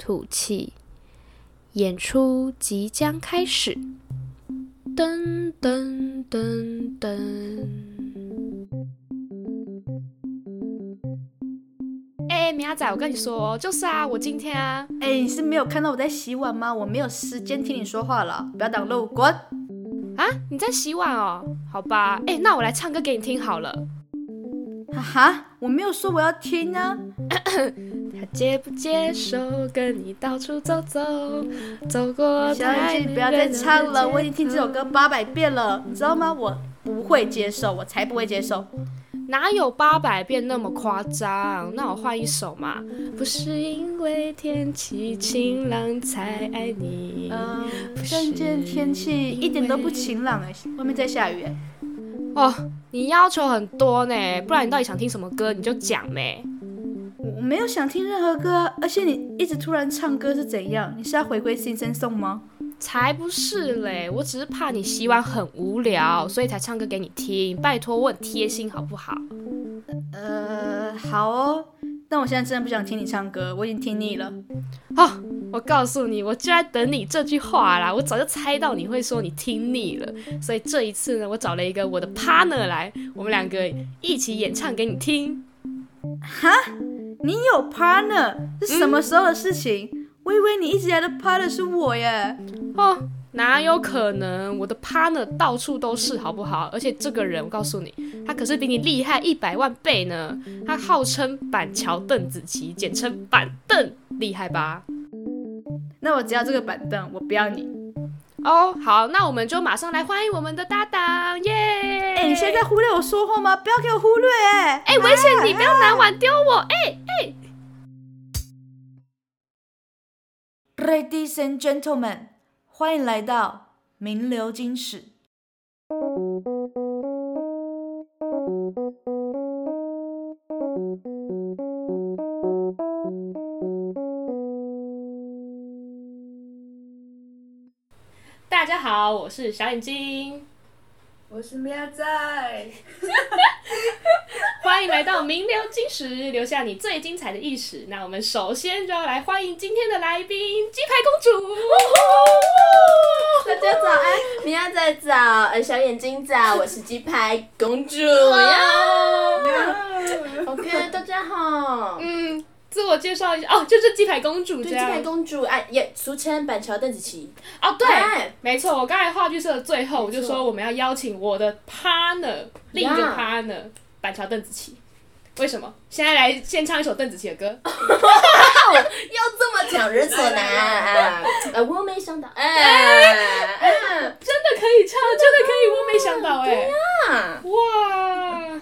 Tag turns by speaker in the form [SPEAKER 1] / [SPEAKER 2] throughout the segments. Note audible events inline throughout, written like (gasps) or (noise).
[SPEAKER 1] 吐气。演出即将开始。噔噔噔噔。哎、明仔，我跟你说，就是啊，我今天啊，
[SPEAKER 2] 哎、你是没有看到我在洗碗吗？我没有时间听你说话了，不要挡路，滚！
[SPEAKER 1] 啊，你在洗碗哦？好吧，哎、那我来唱歌给你听好了。
[SPEAKER 2] 哈哈，我没有说我要听啊。
[SPEAKER 1] 他接不接受跟你到处走走，走过
[SPEAKER 2] 小姐，
[SPEAKER 1] 太
[SPEAKER 2] 你不要再唱
[SPEAKER 1] 热闹的街
[SPEAKER 2] 了，
[SPEAKER 1] 头
[SPEAKER 2] 我已经听这首歌八百遍了，你知道吗？我不会接受，我才不会接受。
[SPEAKER 1] 哪有八百遍那么夸张？那我换一首嘛。不是因为天气晴朗才爱你。
[SPEAKER 2] 嗯、今天天气一点都不晴朗哎、外面在下雨哎、
[SPEAKER 1] 哦，你要求很多呢，不然你到底想听什么歌你就讲呗。
[SPEAKER 2] 我我没有想听任何歌啊，而且你一直突然唱歌是怎样？你是要回归新生颂吗？
[SPEAKER 1] 才不是嘞，我只是怕你洗碗很无聊，所以才唱歌给你听。拜托，我很贴心好不好？
[SPEAKER 2] 呃，好哦，但我现在真的不想听你唱歌，我已经听腻了。
[SPEAKER 1] 哦，我告诉你，我就在等你这句话啦！我早就猜到你会说你听腻了，所以这一次呢，我找了一个我的 partner 来，我们两个一起演唱给你听。
[SPEAKER 2] 你有 partner 是什么时候的事情？我以为你一直以来的 partner 是我耶。
[SPEAKER 1] 哦，哪有可能？我的 partner 到处都是，好不好？而且这个人，我告诉你，他可是比你厉害一百万倍呢！他号称板桥邓紫棋，简称板凳，厉害吧？
[SPEAKER 2] 那我只要这个板凳，我不要你。
[SPEAKER 1] 哦，好，那我们就马上来欢迎我们的搭档，耶！
[SPEAKER 2] 哎、你现在在忽略我说话吗？不要给我忽略哎。
[SPEAKER 1] 哎、危险！你不要
[SPEAKER 2] 啊
[SPEAKER 1] 拿碗丢我！哎、
[SPEAKER 2] Ladies and gentlemen，欢迎来到名流金史。
[SPEAKER 1] 大家好，我是小眼睛，
[SPEAKER 2] 我是喵仔。
[SPEAKER 1] 欢迎来到名流金石，留下你最精彩的意识。那我们首先就要来欢迎今天的来宾——鸡排公主。
[SPEAKER 3] (laughs) 大家早安，明天再早，呃，小眼睛早，我是鸡排公主
[SPEAKER 1] 哦
[SPEAKER 3] 呀。OK，大家好，
[SPEAKER 1] 嗯，自我介绍一下哦，就是鸡排公主这
[SPEAKER 3] 对，鸡排
[SPEAKER 1] 样。
[SPEAKER 3] 公主，哎、也俗称板桥邓紫棋。
[SPEAKER 1] 哦，对
[SPEAKER 3] 哎，
[SPEAKER 1] 没错，我刚才话剧社的最后我就说我们要邀请我的 partner，另一个 partner 板桥邓紫棋。为什么？现在来先唱一首邓紫棋的歌。
[SPEAKER 3] 要这么讲人
[SPEAKER 1] (laughs)
[SPEAKER 3] 所难啊！呃，我没想到，哎、哎
[SPEAKER 1] 真的可以唱，真的可以，我没想到哎、
[SPEAKER 3] 啊，
[SPEAKER 1] 哇！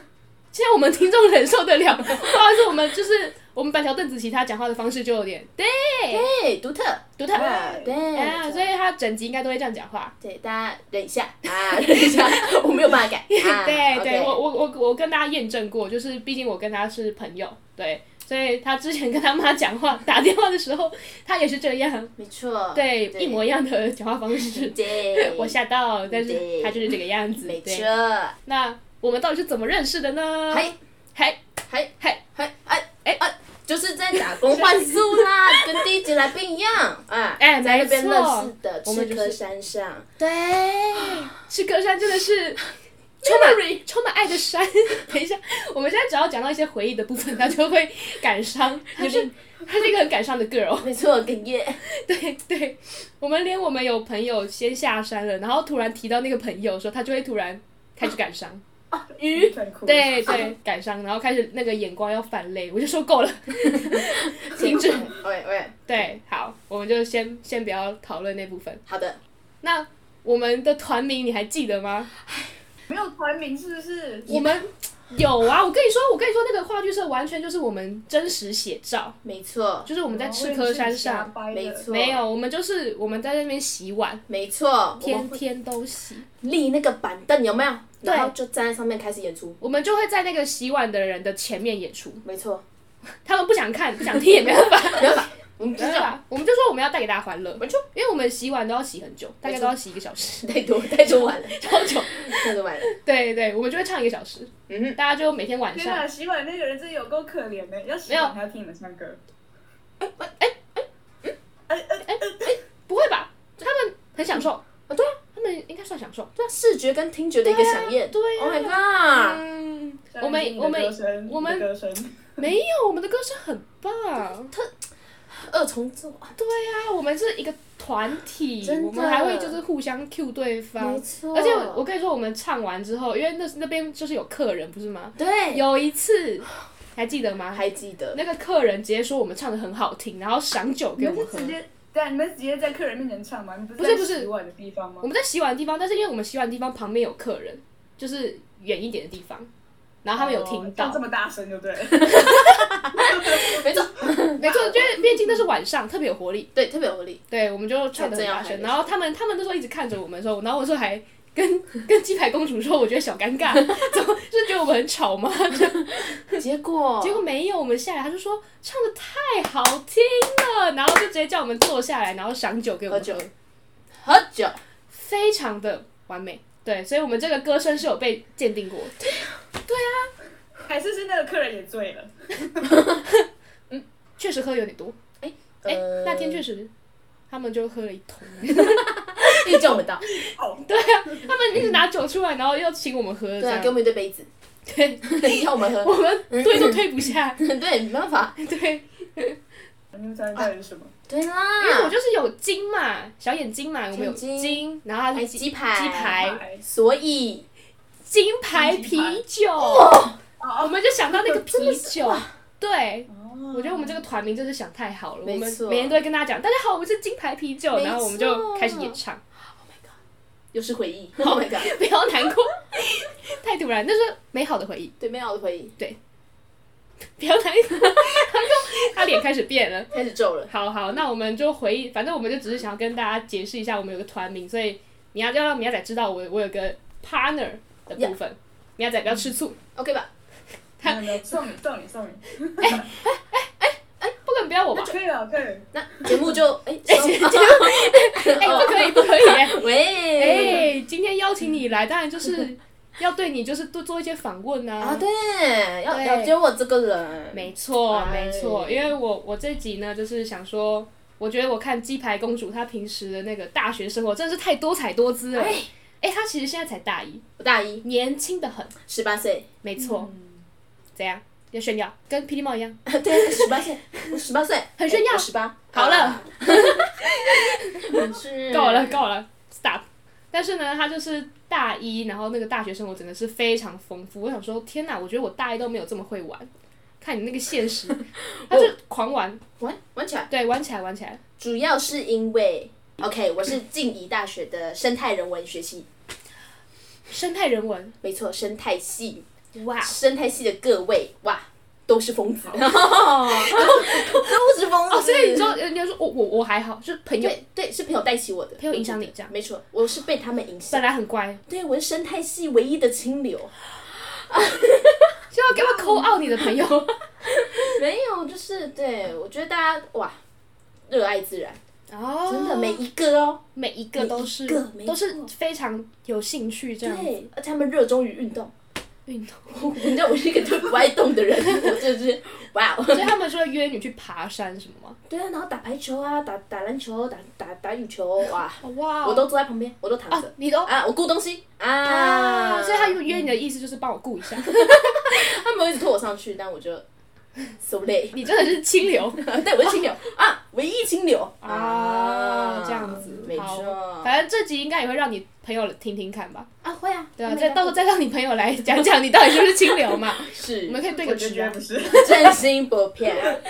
[SPEAKER 1] 现在我们听众忍受得了，不好意思，我们就是我们板桥邓紫棋她讲话的方式就有点对
[SPEAKER 3] 对，独特，
[SPEAKER 1] 独特，
[SPEAKER 3] 啊，
[SPEAKER 1] 啊，所
[SPEAKER 3] 对，啊
[SPEAKER 1] 以她整集应该都会这样讲话。
[SPEAKER 3] 对，大家忍一下啊， (laughs) 忍一下，我没有办法
[SPEAKER 1] (laughs)
[SPEAKER 3] 改。啊、
[SPEAKER 1] 对对，
[SPEAKER 3] OK
[SPEAKER 1] 我我我我跟大家验证过，就是毕竟我跟她是朋友，对，所以她之前跟她妈讲话打电话的时候，她也是这样，
[SPEAKER 3] 没错，
[SPEAKER 1] 对，一模一样的讲话方式，
[SPEAKER 3] 对，
[SPEAKER 1] (laughs) 我吓到，但是
[SPEAKER 3] 对
[SPEAKER 1] 她就是这个样子，
[SPEAKER 3] 没错
[SPEAKER 1] 对。，那我们到底是怎么认识的呢？
[SPEAKER 3] 嘿。
[SPEAKER 1] 嘿，
[SPEAKER 3] 嘿，
[SPEAKER 1] 嘿
[SPEAKER 3] 嘿，嘿，哎，哎，哎，就是在打工换宿啦，跟第一集来宾一样，啊，
[SPEAKER 1] 哎
[SPEAKER 3] 在那
[SPEAKER 1] 没
[SPEAKER 3] 边
[SPEAKER 1] 错
[SPEAKER 3] 认识的，
[SPEAKER 1] 我们就
[SPEAKER 3] 赤
[SPEAKER 1] 是
[SPEAKER 3] 科山上，
[SPEAKER 1] 对，是歌山真的是 (laughs) 充满充满爱的山。 (laughs) 等一下，我们现在只要讲到一些回忆的部分，他就会感伤。他是他是一个很感伤的 girl。(laughs)
[SPEAKER 3] (gasps) 没错，哽咽，
[SPEAKER 1] 对对，我们连我们有朋友先下山了，然后突然提到那个朋友的时候，他就会突然开始感伤。嗯
[SPEAKER 3] 鱼，
[SPEAKER 1] 对对，感伤，然后开始那个眼光要泛泪，我就说够了， (laughs) 停止。
[SPEAKER 3] 喂喂，
[SPEAKER 1] 对，好，我们就先先不要讨论那部分。
[SPEAKER 3] 好的，
[SPEAKER 1] 那我们的团名你还记得吗？
[SPEAKER 4] 没有团名是不是？
[SPEAKER 1] 我们有啊，我跟你说，我跟你说，那个话剧社完全就是我们真实写照，
[SPEAKER 3] 没错，
[SPEAKER 1] 就是我们
[SPEAKER 5] 哦
[SPEAKER 1] 在赤科山上，
[SPEAKER 3] 没错，
[SPEAKER 1] 没，有，我们就是我们在那边洗碗，
[SPEAKER 3] 没错，我
[SPEAKER 1] 天
[SPEAKER 3] 们会
[SPEAKER 1] 天都洗，
[SPEAKER 3] 立那个板凳有没有？
[SPEAKER 1] 对
[SPEAKER 3] 然后就站在上面开始演出，
[SPEAKER 1] 我们就会在那个洗碗的人的前面演出，
[SPEAKER 3] 没错， (laughs)
[SPEAKER 1] 他们不想看，不想听也没办法，
[SPEAKER 3] 没有吧？我们就
[SPEAKER 1] 没
[SPEAKER 3] 是
[SPEAKER 1] 办法，我们就说我们要带给大家欢乐，
[SPEAKER 3] 没错，
[SPEAKER 1] 因为我们洗碗都要洗很久，大概都要洗一个小时，
[SPEAKER 3] 太多太多玩
[SPEAKER 1] (laughs)
[SPEAKER 3] 了，
[SPEAKER 1] 超久，
[SPEAKER 3] 太多玩了，
[SPEAKER 1] 对对，我们就会唱一个小时，
[SPEAKER 3] 嗯哼，
[SPEAKER 1] 大家就每天晚
[SPEAKER 5] 天
[SPEAKER 1] 上
[SPEAKER 5] 哪，洗碗那个人真的有够可怜的，要洗碗还要听你们唱歌。
[SPEAKER 1] 不会吧？他们很享受，哦
[SPEAKER 3] 啊对啊，
[SPEAKER 1] 他们应该算享受。
[SPEAKER 3] 对啊，视觉跟听觉的一个响应，
[SPEAKER 1] 对啊
[SPEAKER 3] o h my god，
[SPEAKER 1] 嗯，我
[SPEAKER 5] 我
[SPEAKER 1] 们我们
[SPEAKER 5] 们
[SPEAKER 1] 我们
[SPEAKER 5] 歌声，
[SPEAKER 1] 没有，我们的歌声很棒。
[SPEAKER 3] 二重奏，啊
[SPEAKER 1] 对啊，我们是一个团体，
[SPEAKER 3] 真的
[SPEAKER 1] 我们还会就是互相 cue 对方
[SPEAKER 3] 没。错，
[SPEAKER 1] 而且我我跟你说，我们唱完之后，因为那那边就是有客人，不是吗？
[SPEAKER 3] 对，
[SPEAKER 1] 有一次，还记得吗？
[SPEAKER 3] 还记得，
[SPEAKER 1] 那个客人直接说我们唱的很好听，然后赏酒
[SPEAKER 5] 你
[SPEAKER 1] 给我
[SPEAKER 5] 们
[SPEAKER 1] 们
[SPEAKER 5] 是
[SPEAKER 1] 喝
[SPEAKER 5] 直。接对，啊你们是直接在客人面前唱吗？你不
[SPEAKER 1] 不是
[SPEAKER 5] 是
[SPEAKER 1] 不
[SPEAKER 5] 在
[SPEAKER 1] 是
[SPEAKER 5] 洗碗的地方吗哦
[SPEAKER 1] 我？们在洗碗的地方，但是因为我们洗碗的地方旁边有客人，就是远一点的地方，然后他们有听到
[SPEAKER 5] 哦。这么大声就对
[SPEAKER 1] (laughs)
[SPEAKER 5] 了。
[SPEAKER 3] 没错，
[SPEAKER 1] 没错，就是毕竟那是晚上，特别有活力。
[SPEAKER 3] 对，特别有力，
[SPEAKER 1] 对，我们就唱的很大
[SPEAKER 3] 这样还
[SPEAKER 1] 声，然后他们他们那时候一直看着我们的时候，然后我说还跟 (laughs) 跟鸡排公主说，我觉得小尴尬， (laughs) 怎么是觉得我们很吵吗？
[SPEAKER 3] 结果
[SPEAKER 1] 结果没有，我们下来他就说唱的太好听了，然后就直接叫我们坐下来，然后赏酒给我们
[SPEAKER 3] 喝
[SPEAKER 1] 喝
[SPEAKER 3] 酒，喝酒，
[SPEAKER 1] 非常的完美。对，所以我们这个歌声是有被鉴定过的，
[SPEAKER 5] 还是是那个客人也醉了，
[SPEAKER 1] 确实喝有点多。哎、
[SPEAKER 3] 呃
[SPEAKER 1] 那天确实他们就喝了一桶， (laughs)
[SPEAKER 3] 意哎见我们到，
[SPEAKER 1] 他们一直拿酒出来，然后要请我们喝，这
[SPEAKER 3] 对啊，
[SPEAKER 1] 样
[SPEAKER 3] 给我们一堆杯子，
[SPEAKER 1] 对，
[SPEAKER 3] (laughs) 要我们喝，
[SPEAKER 1] 我们推都推不下， (laughs)
[SPEAKER 3] 对，没办法，
[SPEAKER 1] 对。
[SPEAKER 5] 你们猜到底是什么？
[SPEAKER 1] 啊
[SPEAKER 3] 对
[SPEAKER 1] 因为我
[SPEAKER 3] 啦，
[SPEAKER 1] 就是有金嘛，小眼睛嘛，我们有
[SPEAKER 3] 嗯金
[SPEAKER 1] 金，然后它是
[SPEAKER 3] 还有
[SPEAKER 1] 鸡
[SPEAKER 3] 哎鸡排
[SPEAKER 1] 鸡排
[SPEAKER 5] 哎
[SPEAKER 3] 所以
[SPEAKER 1] 金牌啤酒，我
[SPEAKER 5] 哦，
[SPEAKER 1] 们就想到那
[SPEAKER 3] (laughs)
[SPEAKER 1] 个啤酒。对，
[SPEAKER 5] 哦
[SPEAKER 1] 我觉得我们这个团名真是想太好了，我
[SPEAKER 3] 嗯没
[SPEAKER 1] 们
[SPEAKER 3] 错
[SPEAKER 1] 每年都会跟大家讲，大家好，我们是金牌啤酒，
[SPEAKER 3] 没
[SPEAKER 1] 然后我们就开始演唱， (laughs)
[SPEAKER 3] 又是回 (laughs) 忆，Oh my god，
[SPEAKER 1] 不要难过，太突然，那是美好的回忆，
[SPEAKER 3] 对，美好的回忆
[SPEAKER 1] 不要难过， (laughs) 他就他脸开始变了。
[SPEAKER 3] 开始皱了，
[SPEAKER 1] 好好，那我们就回忆，反正我们就只是想要跟大家解释一下，我们有个团名，所以你要要让米亚仔知道我我有个 partner 的部分。米亚仔不要吃醋，
[SPEAKER 3] ，OK 吧？
[SPEAKER 5] 没有没有送你送你送你，
[SPEAKER 1] 不能不要我吧 (laughs)
[SPEAKER 5] 那？可以了可以了。
[SPEAKER 3] 那节目就 (laughs) 哎，收
[SPEAKER 1] 哎、不可以，不可以、哎哎、
[SPEAKER 3] 喂，
[SPEAKER 1] 今天邀请你来，当然就是要对你就是多做一些访问啊。
[SPEAKER 3] 啊，对，要
[SPEAKER 1] 对
[SPEAKER 3] 了解我这个人，
[SPEAKER 1] 没错，
[SPEAKER 3] 哎
[SPEAKER 1] 没错，因为我我这集呢，就是想说，我觉得我看鸡排公主她平时的那个大学生活真的是太多彩多姿了。哎、她其实现在才大一，
[SPEAKER 3] 我大一，
[SPEAKER 1] 年轻的很。
[SPEAKER 3] 十八岁，
[SPEAKER 1] 没错，
[SPEAKER 3] 嗯
[SPEAKER 1] 怎样？要炫耀，跟霹雳猫一样。
[SPEAKER 3] (laughs) 对，十八岁，我十八岁，
[SPEAKER 1] 很炫耀
[SPEAKER 3] 十八，
[SPEAKER 1] 好
[SPEAKER 3] (laughs)
[SPEAKER 1] 了，
[SPEAKER 3] 是
[SPEAKER 1] 够了，够了，stop。但是呢，他就是大一，然后那个大学生活真的是非常丰富。我想说，天哪，我觉得我大一都没有这么会玩。看你那个现
[SPEAKER 3] (laughs)
[SPEAKER 1] 实，他就狂玩，
[SPEAKER 3] 玩玩起来，
[SPEAKER 1] 对，玩起来，玩起来。
[SPEAKER 3] 主要是因为 OK，我是静宜大学的生态人文学系，
[SPEAKER 1] 生态人文，
[SPEAKER 3] 没错，生态系，
[SPEAKER 1] 哇，
[SPEAKER 3] 生态系的各位，哇，都是疯子，都是疯
[SPEAKER 2] 啊
[SPEAKER 3] 子，
[SPEAKER 1] 哦，所以你说，人家说我我我还好，就是朋友
[SPEAKER 3] 对对，是朋友带起我的，
[SPEAKER 1] 朋友影响你这样
[SPEAKER 3] 没错，我是被他们影
[SPEAKER 1] 本
[SPEAKER 3] 响，
[SPEAKER 1] 来很乖，
[SPEAKER 3] 对我是生态系唯一的清流，
[SPEAKER 1] 就要给我抠傲你的朋友，
[SPEAKER 3] 没有，就是对我觉得大家哇，热爱自然，
[SPEAKER 1] 哦
[SPEAKER 3] (laughs) 真的每一个哦，
[SPEAKER 1] 每一个都是
[SPEAKER 3] 每一个没错
[SPEAKER 1] 都是非常有兴趣这样子
[SPEAKER 3] 对，而且他们热衷于运动。
[SPEAKER 1] 运动。
[SPEAKER 3] (laughs) 你知道我是一个就不爱动的人，我就是哇哦，
[SPEAKER 1] 所以他们说约你去爬山什么吗？
[SPEAKER 3] 对啊，然后打排球啊，打打篮球，打打打
[SPEAKER 1] (laughs)
[SPEAKER 3] 羽球，哇，
[SPEAKER 1] 哦哇
[SPEAKER 3] 我都坐在旁边，我都躺
[SPEAKER 1] 啊
[SPEAKER 3] 着，
[SPEAKER 1] 你都
[SPEAKER 3] 啊，我顾东西
[SPEAKER 1] 啊，
[SPEAKER 3] 啊，
[SPEAKER 1] 所以他约你的意思就是帮我顾一下，
[SPEAKER 3] 他们一直拖我上去，但我就 (laughs) so 累，
[SPEAKER 1] (laughs)
[SPEAKER 3] (laughs)
[SPEAKER 1] 你真的是清流
[SPEAKER 3] 对，我是清流啊，唯一清流
[SPEAKER 1] 啊，这样子，
[SPEAKER 3] 没
[SPEAKER 1] 好
[SPEAKER 3] 错，
[SPEAKER 1] (laughs) 反正这集应该也会让你朋友听听看吧，
[SPEAKER 3] 啊，会啊，
[SPEAKER 1] 对啊，
[SPEAKER 3] Oh my
[SPEAKER 1] 再
[SPEAKER 3] God
[SPEAKER 1] 到时候再 (laughs) 让你朋友来讲讲你到底是不是清流嘛， (laughs) 我
[SPEAKER 3] 是
[SPEAKER 1] 们可以哎对
[SPEAKER 5] 我
[SPEAKER 1] 个
[SPEAKER 5] 觉
[SPEAKER 1] 值
[SPEAKER 5] 得绝对
[SPEAKER 1] 啊
[SPEAKER 5] 不。是，
[SPEAKER 3] 真心
[SPEAKER 1] (laughs)
[SPEAKER 3] 不骗，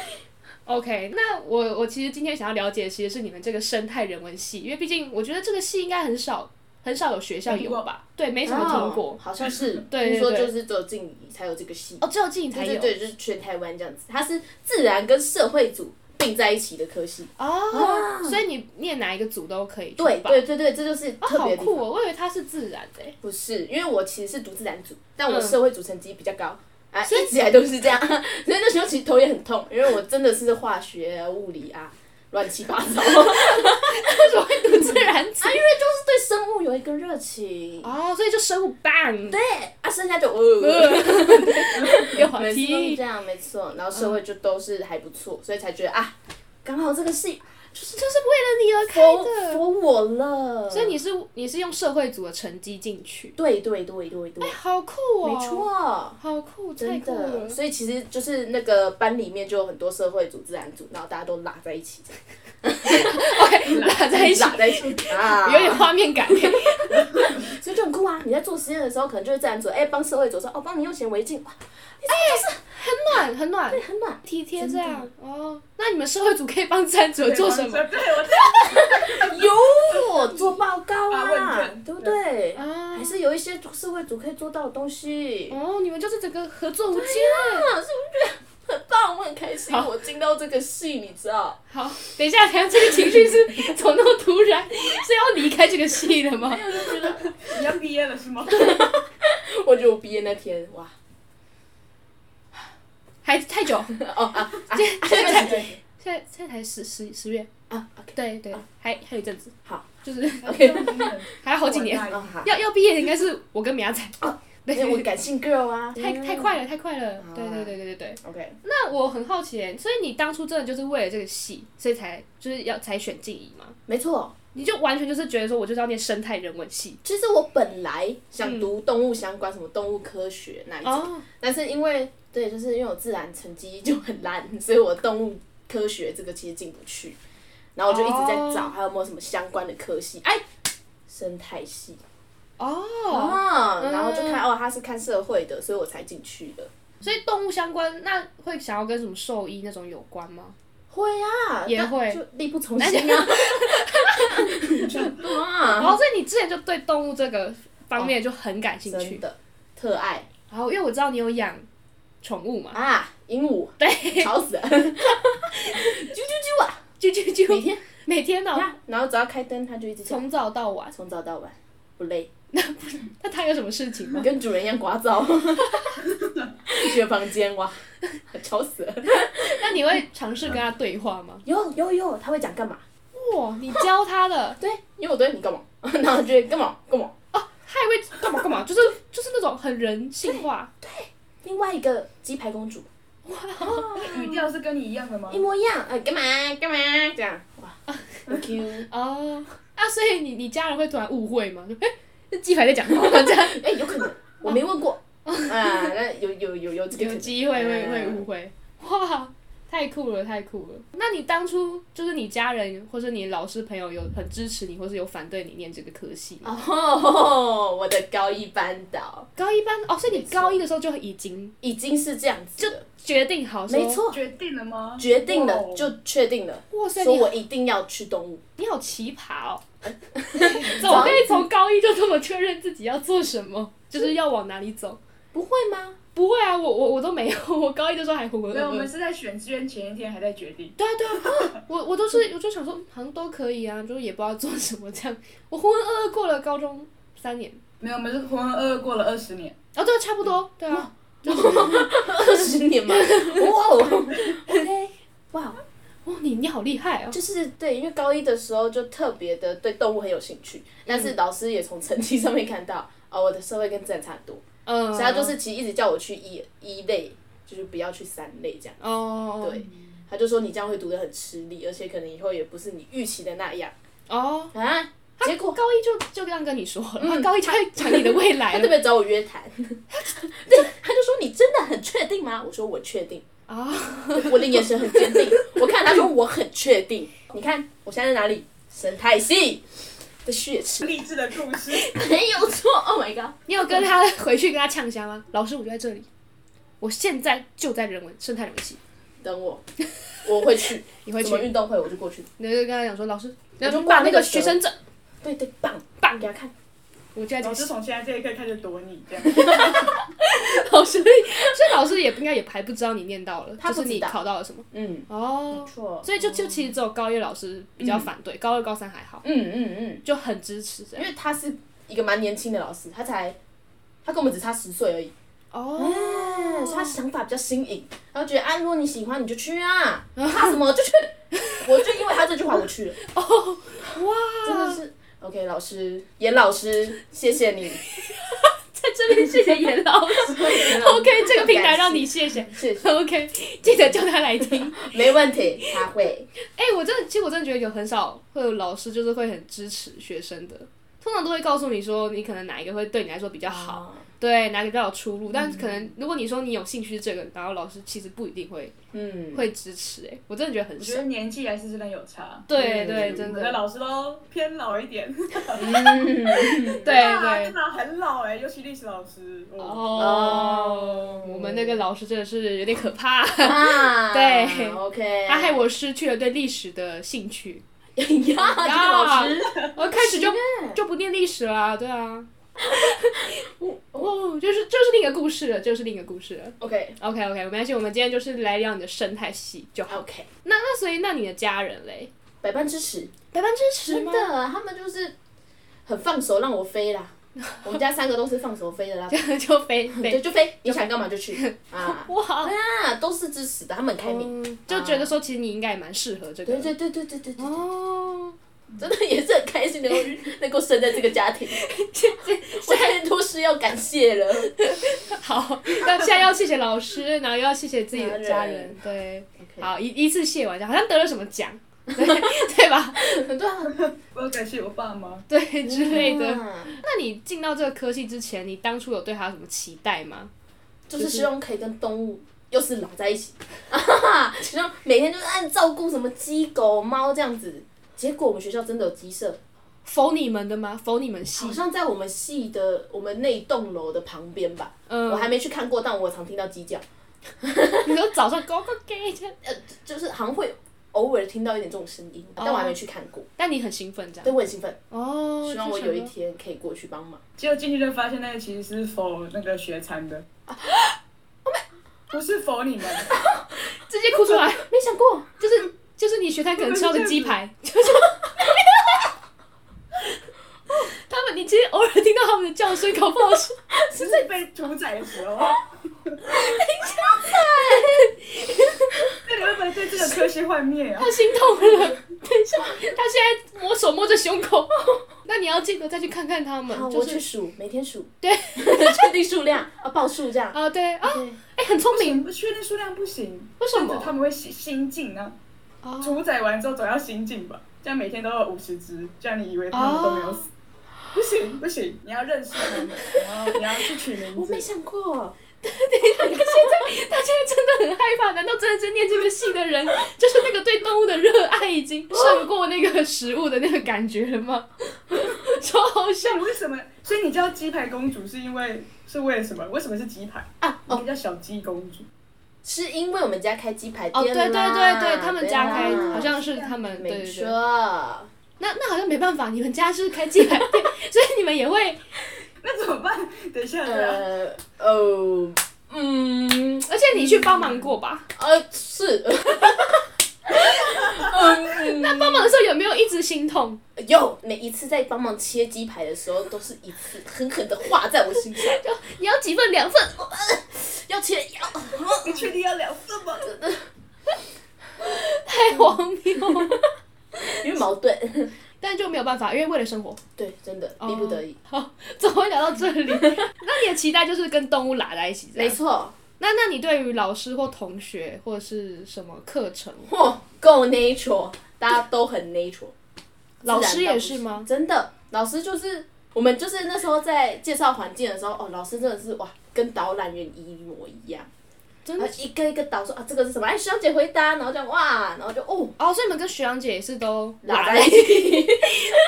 [SPEAKER 1] OK，那我我其实今天想要了解的其实是你们这个生态人文系，因为毕竟我觉得这个系应该很少很少有学校
[SPEAKER 5] 没听
[SPEAKER 1] 有
[SPEAKER 5] 过
[SPEAKER 1] 吧？对，没什么听过
[SPEAKER 3] 哦。好像是，
[SPEAKER 1] (laughs) 对对
[SPEAKER 3] 听说
[SPEAKER 1] 对
[SPEAKER 3] 就是只有静怡才有这个戏，
[SPEAKER 1] 哦，只有静怡才
[SPEAKER 3] 对
[SPEAKER 1] 有。
[SPEAKER 3] 对对，就是全台湾这样子，它是自然跟社会组并在一起的科系，
[SPEAKER 1] 哦，所以你念哪一个组都可以去
[SPEAKER 3] 对
[SPEAKER 1] 吧
[SPEAKER 3] 对对对，这就是
[SPEAKER 1] 哦，
[SPEAKER 3] 特
[SPEAKER 1] 好
[SPEAKER 3] 别的地
[SPEAKER 1] 酷
[SPEAKER 3] 方。
[SPEAKER 1] 哦！我以为它是自然的欸。
[SPEAKER 3] 不是，因为我其实是读自然组，但我
[SPEAKER 1] 嗯
[SPEAKER 3] 社会组成绩比较高。啊，一直以来都是这样， (laughs) 所以那时候其实头也很痛，因为我真的是化学、啊、物理啊，乱七八 (laughs) 糟。
[SPEAKER 1] 为什么会读自然组？
[SPEAKER 3] 就是对生物有一个热情，
[SPEAKER 1] (laughs) 哦，所以就生物 bang，对，
[SPEAKER 3] 啊，剩下就呃，
[SPEAKER 1] 有
[SPEAKER 3] 每次都是
[SPEAKER 1] 题
[SPEAKER 3] 这，样，没错。然后社会就都是还不错，所以才觉得啊，刚好这个戏
[SPEAKER 1] 就是为了你而
[SPEAKER 3] for
[SPEAKER 1] 开的。
[SPEAKER 3] for 我了。
[SPEAKER 1] 所以你是你是用社会组的成绩进去，
[SPEAKER 3] 对对对对对，
[SPEAKER 1] 好酷哦！
[SPEAKER 3] 没，错。
[SPEAKER 1] 好酷，太
[SPEAKER 3] 真
[SPEAKER 1] 酷了 (laughs)
[SPEAKER 3] 的，。所以其实就是那个班里面就有很多社会组、自然组，然后大家都拉在一起，
[SPEAKER 1] 拉在一起，
[SPEAKER 3] 拉在一起 (laughs) 啊，
[SPEAKER 1] 有点画面感。
[SPEAKER 3] 所以就很酷啊！你在做实验的时候，可能就会自然组，哎、帮社会组说，哦，帮你用显微镜，哇，
[SPEAKER 1] 暖，很暖，
[SPEAKER 3] 很 (laughs) 暖。
[SPEAKER 1] 体贴这样哦。那你们社会组可以帮自然组做什么？
[SPEAKER 5] 对，我
[SPEAKER 3] 有哎做报告
[SPEAKER 5] 发问
[SPEAKER 3] 啊
[SPEAKER 5] 卷，
[SPEAKER 3] 对不对？
[SPEAKER 1] 啊
[SPEAKER 3] 还哎是有一些社会组可以做到的东西。
[SPEAKER 1] 哦，你们就是整个合作无间。
[SPEAKER 3] 啊，是不是觉得很棒？我很开心，
[SPEAKER 1] 好
[SPEAKER 3] 我进到这个戏，你知道？
[SPEAKER 1] (laughs) 好，等一下，等一下，这个情绪是怎么那么突然？是要离开这个戏了吗？
[SPEAKER 5] 你要毕业
[SPEAKER 1] (laughs)
[SPEAKER 5] 了是吗？
[SPEAKER 3] 我觉得我毕业那天，哇，
[SPEAKER 1] 还太久，
[SPEAKER 3] (laughs) 哦啊啊，
[SPEAKER 1] 现
[SPEAKER 3] 对
[SPEAKER 1] 在才
[SPEAKER 3] 对对
[SPEAKER 1] 现在现在才十十十月，
[SPEAKER 3] 啊，OK，
[SPEAKER 1] 对对，还还有一阵子。
[SPEAKER 3] 好，
[SPEAKER 1] 就是 (laughs)
[SPEAKER 5] (laughs) 对，
[SPEAKER 1] 还要好几年。
[SPEAKER 3] 啊好，
[SPEAKER 1] 要要毕业的应该是我跟米亚仔
[SPEAKER 3] 哦。
[SPEAKER 1] 对，
[SPEAKER 3] 因为我感性 girl 啊，
[SPEAKER 1] 太太快了，太快了。
[SPEAKER 3] 啊
[SPEAKER 1] 对对对对对对。
[SPEAKER 3] OK，
[SPEAKER 1] 那我很好奇耶，所以你当初真的就是为了这个戏，所以才就是要才选静怡吗？
[SPEAKER 3] 没错。
[SPEAKER 1] 你就完全就是觉得说，我就是要念生态人文系。
[SPEAKER 3] 其实我本来想读动物相关，什么动物科学那一种，
[SPEAKER 1] 哦，
[SPEAKER 3] 但是因为对，就是因为我自然成绩就很烂，所以我动物科学这个其实进不去。然后我就一直在找
[SPEAKER 1] 哦
[SPEAKER 3] 还有没有什么相关的科系，哎，生态系
[SPEAKER 1] 哦，
[SPEAKER 3] 啊，
[SPEAKER 1] 嗯
[SPEAKER 3] 然后就看哦，他是看社会的，所以我才进去的。
[SPEAKER 1] 所以动物相关，那会想要跟什么兽医那种有关吗？
[SPEAKER 3] 会啊，
[SPEAKER 1] 也
[SPEAKER 3] 但
[SPEAKER 1] 会
[SPEAKER 3] 就力不从心 (laughs) 啊。
[SPEAKER 1] 然
[SPEAKER 3] 啊，
[SPEAKER 1] 后，所以你之前就对动物这个方面就很感兴
[SPEAKER 3] 哦真
[SPEAKER 1] 趣。
[SPEAKER 3] 的特爱
[SPEAKER 1] 然后，因为我知道你有养宠物嘛，
[SPEAKER 3] 啊，鹦鹉，
[SPEAKER 1] 对，
[SPEAKER 3] 吵死了，啾啾啾啊，
[SPEAKER 1] 啾啾
[SPEAKER 3] 每
[SPEAKER 1] 啾，
[SPEAKER 3] 天，
[SPEAKER 1] 每天呢，
[SPEAKER 3] 然后只要开灯，它就一直从
[SPEAKER 1] 从早到晚。
[SPEAKER 3] 啊从早到晚不累，
[SPEAKER 1] 那它有什么事情吗？
[SPEAKER 3] 跟主人一样聒噪，去了房间哇，吵死了。嗯
[SPEAKER 1] 那你会尝试跟它对话吗？
[SPEAKER 3] 有有有，它会讲干嘛？
[SPEAKER 1] 哇，你教它的，
[SPEAKER 3] 对，因为我对你干嘛， (laughs) 然后就会干嘛干嘛。
[SPEAKER 1] 它也会干嘛干嘛，就是就是那种很人性化。
[SPEAKER 3] 另外一个鸡排公主
[SPEAKER 5] 语调是跟你一样的吗
[SPEAKER 3] 一？模一样，呃，干嘛干嘛这样哇很，Q，
[SPEAKER 1] 哦，啊，所以你你家人会突然误会吗？就哎，这鸡排在讲话吗这样，
[SPEAKER 3] 哎，有可能我没问过。啊，那有有有有这个可
[SPEAKER 1] 有
[SPEAKER 3] 能
[SPEAKER 1] 机会会
[SPEAKER 3] 嗯
[SPEAKER 1] 会误会，哇，太酷了，太酷了。那你当初就是你家人或是你老师朋友有很支持你，或是有反对你念这个科系吗？
[SPEAKER 3] 啊哦，我的高一班导
[SPEAKER 1] 高一班哦，所以你
[SPEAKER 3] 没错
[SPEAKER 1] 高一的时候就已经
[SPEAKER 3] 已经是这样子的，
[SPEAKER 1] 决定好说，
[SPEAKER 3] 没，错，
[SPEAKER 5] 决定了吗？
[SPEAKER 3] 决定
[SPEAKER 5] 哇
[SPEAKER 3] 了
[SPEAKER 5] 哦
[SPEAKER 3] 就确定了，
[SPEAKER 1] 哇塞，
[SPEAKER 3] 说
[SPEAKER 1] 你
[SPEAKER 3] 我一定要去动物。
[SPEAKER 1] 你好奇葩
[SPEAKER 3] (laughs)
[SPEAKER 1] 哦！怎么可以从高一就这么确认自己要做什么，就是要往哪里走？
[SPEAKER 3] 不会吗？
[SPEAKER 1] 不会啊，我我我都没有，我高一的时候还浑浑
[SPEAKER 5] 没有，我
[SPEAKER 1] 噩
[SPEAKER 5] 们
[SPEAKER 1] 噩。
[SPEAKER 5] 是在选志愿前一天还在决定。
[SPEAKER 1] 对啊对啊，我我都是我就想说，好像都可以啊，就是也不知道做什么这样。我浑浑噩噩过了高中三年，
[SPEAKER 5] 没有，我们是浑浑噩噩过了二十年。
[SPEAKER 1] 哦对啊，差不
[SPEAKER 3] 嗯
[SPEAKER 1] 多，对啊，
[SPEAKER 3] 二十年嘛，哇哦，OK，哇，
[SPEAKER 1] 哦你你好厉害哦！
[SPEAKER 3] 就是对，因为高一的时候就特别的对动物很有兴趣，但是老师也从成绩上面看到，哦，我的社会跟自然差很多，
[SPEAKER 1] 嗯，
[SPEAKER 3] 所以他就是其实一直叫我去一一类，就是不要去三类这样。
[SPEAKER 1] 哦
[SPEAKER 3] 对，他就说你这样会读得很吃力，而且可能以后也不是你预期的那样
[SPEAKER 1] 哦，
[SPEAKER 3] 啊。结果
[SPEAKER 1] 高一就就这样跟你说了，
[SPEAKER 3] 嗯
[SPEAKER 1] 他高一就会讲你的未来
[SPEAKER 3] (laughs) 他特
[SPEAKER 1] 了
[SPEAKER 3] 别找我约谈，对，他就说你真的很确定吗？我说我确定，
[SPEAKER 1] 啊，
[SPEAKER 3] 我的眼神很坚定。我看他说我很确定，你看我现在在哪里？生态系的血池，
[SPEAKER 5] 励志的故 (laughs) 事，
[SPEAKER 3] 没有错。Oh my god！
[SPEAKER 1] (laughs) 你有跟他
[SPEAKER 3] 嗯
[SPEAKER 1] 回去跟他呛虾吗？老师，我就在这里，我现在就在人文生态人文系，
[SPEAKER 3] 等我， (laughs) 我会去，
[SPEAKER 1] 你会去
[SPEAKER 3] 什？么运动会我就过去。
[SPEAKER 1] 你就跟他讲说，老师，
[SPEAKER 3] 我就
[SPEAKER 1] 然后
[SPEAKER 3] 挂
[SPEAKER 1] 挂
[SPEAKER 3] 那
[SPEAKER 1] 那
[SPEAKER 3] 个
[SPEAKER 1] 个学生证，
[SPEAKER 3] 对对，棒
[SPEAKER 1] 棒
[SPEAKER 3] (laughs) 给他看，
[SPEAKER 1] 我就在
[SPEAKER 5] 然
[SPEAKER 1] 这
[SPEAKER 5] 后
[SPEAKER 1] 个
[SPEAKER 5] 就从现在这一刻开始躲你这样。 (laughs)
[SPEAKER 1] 老师，所以老师也不应该也还不知道你念到了，
[SPEAKER 3] 他不
[SPEAKER 1] 就是你
[SPEAKER 3] 知道
[SPEAKER 1] 考到了什么
[SPEAKER 3] 嗯，
[SPEAKER 1] 哦。
[SPEAKER 3] 错
[SPEAKER 1] 所以就就其实只有高一老师比较反对，高二高三还好，
[SPEAKER 3] 嗯嗯嗯，
[SPEAKER 1] 就很支持这
[SPEAKER 3] 因
[SPEAKER 1] 样。
[SPEAKER 3] 为他是一个蛮年轻的老师，他才他跟我们只差十岁而已，
[SPEAKER 1] 哦，
[SPEAKER 3] 哎，所以他想法比较新颖，然后觉得啊，如果你喜欢你就去啊， (laughs) 怕什么就去。我就因为他这句话我 (laughs) 去了，
[SPEAKER 1] 哇，
[SPEAKER 3] 真的是 OK 老师，严老师，谢谢你，
[SPEAKER 1] 在这边谢谢严老师 (laughs) ，OK，这个平台让你啊谢谢
[SPEAKER 3] 谢谢，
[SPEAKER 1] ，OK，记得叫他来听。 (laughs)
[SPEAKER 3] 没问题，他会，
[SPEAKER 1] 哎、我真的，其实我真的觉得有很少会有老师就是会很支持学生的，通常都会告诉你说你可能哪一个会对你来说比较好，对哪个比较有出路。但是可能如果你说你有兴趣这个，然后老师其实不一定会
[SPEAKER 3] 嗯，
[SPEAKER 1] 会支持、哎，我真的觉得很
[SPEAKER 5] 我
[SPEAKER 1] 少
[SPEAKER 5] 觉。得年纪还是真的有差。
[SPEAKER 1] 对
[SPEAKER 3] 嗯
[SPEAKER 1] 对，真
[SPEAKER 5] 我的
[SPEAKER 1] 的，
[SPEAKER 5] 老师都偏老一点，对 (laughs)
[SPEAKER 1] 对
[SPEAKER 5] 啊，
[SPEAKER 1] 对
[SPEAKER 5] 真。的很老哎、尤其历史老师。哦，
[SPEAKER 1] 哦，我们那个老师真的是有点可怕，
[SPEAKER 3] (laughs) 啊，
[SPEAKER 1] 对
[SPEAKER 3] ，OK，啊
[SPEAKER 1] 他害我失去了对历史的兴趣。
[SPEAKER 3] 呀，啊这个老 (laughs) 师，
[SPEAKER 1] 我开始就就不念历史啦，对啊。
[SPEAKER 3] (laughs)
[SPEAKER 1] 哦，就是就是另一个故事了，就是另一个故事了。
[SPEAKER 3] OK
[SPEAKER 1] OK OK，没关系，我们今天就是来聊你的生态系就好。
[SPEAKER 3] OK，
[SPEAKER 1] 那那所以那你的家人嘞？
[SPEAKER 3] 百般支持，
[SPEAKER 1] 百般支持
[SPEAKER 3] 真
[SPEAKER 1] 吗？
[SPEAKER 3] 的，他们就是很放手让我飞 (laughs) 啦。我们家三个都是放手飞的啦，
[SPEAKER 1] (laughs) 就飞
[SPEAKER 3] 对，
[SPEAKER 1] 飞
[SPEAKER 3] 就飞，你想干嘛就 (laughs) 去啊。
[SPEAKER 1] 哇，
[SPEAKER 3] 啊，都是支持的，他们很开明。
[SPEAKER 1] 嗯就觉得说其实你应该也蛮适合这个。
[SPEAKER 3] 对对对对对对对，
[SPEAKER 1] 哦，
[SPEAKER 3] 真的也是很开心能够能够生在这个家 (laughs) 庭，我太多事要感谢了。
[SPEAKER 1] 好，那现在要谢谢老师，然后又要谢谢自己的家人，对，好一一次谢完，好像得了什么奖， (laughs) 对对吧？
[SPEAKER 3] 很多很
[SPEAKER 5] 我要感谢我爸妈。
[SPEAKER 1] 对之类的。
[SPEAKER 3] 啊
[SPEAKER 1] 那你进到这个科系之前，你当初有对他有什么期待吗？
[SPEAKER 3] 就是希望可以跟动物又是老在
[SPEAKER 1] (laughs)
[SPEAKER 3] 一起，然后每天就是按照顾什么鸡、狗、猫这样子。结果我们学校真的有鸡舍，
[SPEAKER 1] 否你们的吗？否你们系
[SPEAKER 3] 好？像在我们系的我们那一栋楼的旁边吧。
[SPEAKER 1] 嗯，
[SPEAKER 3] 我还没去看过，但我常听到鸡叫，
[SPEAKER 1] 你说早上 go go get，
[SPEAKER 3] 就是好像会偶尔听到一点这种声音，但我还没去看过。
[SPEAKER 1] 但你很兴奋这样
[SPEAKER 3] 但我很兴奋，
[SPEAKER 1] 哦，
[SPEAKER 3] (laughs) 希望我
[SPEAKER 1] 就想说
[SPEAKER 3] 有一天可以过去帮忙。
[SPEAKER 5] 结果进去就发现那个其实是否那个学餐的，不是否你们，
[SPEAKER 1] 直接哭出来，
[SPEAKER 3] 没想过，
[SPEAKER 1] 就是就是你学他可能吃到的鸡
[SPEAKER 3] (laughs)
[SPEAKER 1] 排，就是。 (laughs) 他们，你其实偶尔听到他们的叫声，搞不好是
[SPEAKER 5] (laughs) 是在被屠宰的时 (laughs) 候。那你会不会对这个科系幻灭啊
[SPEAKER 1] 他？心痛了。等一下，他现在摸手摸着胸
[SPEAKER 3] (laughs)
[SPEAKER 1] 口，那你要记得再去看看他们
[SPEAKER 3] 好，，
[SPEAKER 1] 就
[SPEAKER 3] 我去
[SPEAKER 1] 是
[SPEAKER 3] 数，每天数，
[SPEAKER 1] 对，
[SPEAKER 3] 确定数量 (laughs) 啊，报数这样。
[SPEAKER 1] 啊，对啊，
[SPEAKER 3] 对，
[SPEAKER 1] 哎，很聪明，
[SPEAKER 5] 不确定数量不行，
[SPEAKER 1] 为什
[SPEAKER 5] 这样子他
[SPEAKER 1] 么？
[SPEAKER 5] 们会心心境啊。
[SPEAKER 1] 哦
[SPEAKER 5] 屠宰完之后总要心境吧，这样每天都有五十只，这样你以为他们都
[SPEAKER 3] 哦
[SPEAKER 5] 没有死？不行不行，你要认识他
[SPEAKER 3] (laughs)
[SPEAKER 5] 们，然后你要去取名
[SPEAKER 3] 我没
[SPEAKER 5] 字。
[SPEAKER 3] 想过，
[SPEAKER 1] 他现在真的很害怕，难道真的是念这个系的人， (laughs) 就是那个对动物的热爱已经
[SPEAKER 3] 哦
[SPEAKER 1] 胜过那个食物的那个感觉了吗？ (laughs) 超好笑
[SPEAKER 5] 那！你为什么？所以你叫鸡排公主是因为是为了什么？为什么是鸡排？
[SPEAKER 3] 啊
[SPEAKER 5] 你
[SPEAKER 3] 哦，
[SPEAKER 5] 可以叫小鸡公主。
[SPEAKER 3] 是因为我们家开鸡排
[SPEAKER 1] 哦，对
[SPEAKER 3] 店
[SPEAKER 1] 对对
[SPEAKER 3] 啦
[SPEAKER 1] 对，他们家开
[SPEAKER 3] 对啦
[SPEAKER 1] 好像是他们，对
[SPEAKER 3] 没
[SPEAKER 1] 对
[SPEAKER 3] 错
[SPEAKER 1] 对。，那那好像没办法，你们家是开鸡排店， (laughs) 所以你们也会，
[SPEAKER 5] 那怎么办？等一下啊，
[SPEAKER 3] 呃哦，嗯
[SPEAKER 1] 而且你去帮忙过吧？
[SPEAKER 3] (laughs) 呃是，嗯
[SPEAKER 1] 那帮忙的时候有没有一直心痛？
[SPEAKER 3] (laughs) 有每一次在帮忙切鸡排的时候，都是一次狠狠的划在我心上，
[SPEAKER 1] 你要几份？两份？
[SPEAKER 3] 哦要切要
[SPEAKER 5] 你确定要聊什么？
[SPEAKER 1] 太荒谬
[SPEAKER 3] (laughs)
[SPEAKER 1] 了！(laughs)
[SPEAKER 3] 因为矛盾，
[SPEAKER 1] 但就没有办法，因为为了生活，
[SPEAKER 3] 对，真的
[SPEAKER 1] 哦
[SPEAKER 3] 逼不得已，
[SPEAKER 1] 好，怎么会聊到这
[SPEAKER 3] (laughs)
[SPEAKER 1] 里？那你的期待就是跟动物拉在一起，这
[SPEAKER 3] 没
[SPEAKER 1] 样。
[SPEAKER 3] 错，
[SPEAKER 1] 那那你对于老师或同学或者是什么课程，
[SPEAKER 3] 嚯，够 nature，大家都很 nature。
[SPEAKER 1] 老师也是吗？
[SPEAKER 3] 真的，老师就是我们就是那时候在介绍环境的时候，哦，老师真的是哇，跟导览员一模一样，
[SPEAKER 1] 真
[SPEAKER 3] 然后
[SPEAKER 1] 的
[SPEAKER 3] 一个一个导说啊，这个是什么？哎，学长姐回答，然后这样哇，然后就哦，
[SPEAKER 1] 哦，所以你们跟学长姐也是都
[SPEAKER 3] 拉
[SPEAKER 1] 拉
[SPEAKER 3] 在
[SPEAKER 1] 在
[SPEAKER 3] 一
[SPEAKER 1] 一起。
[SPEAKER 3] 起，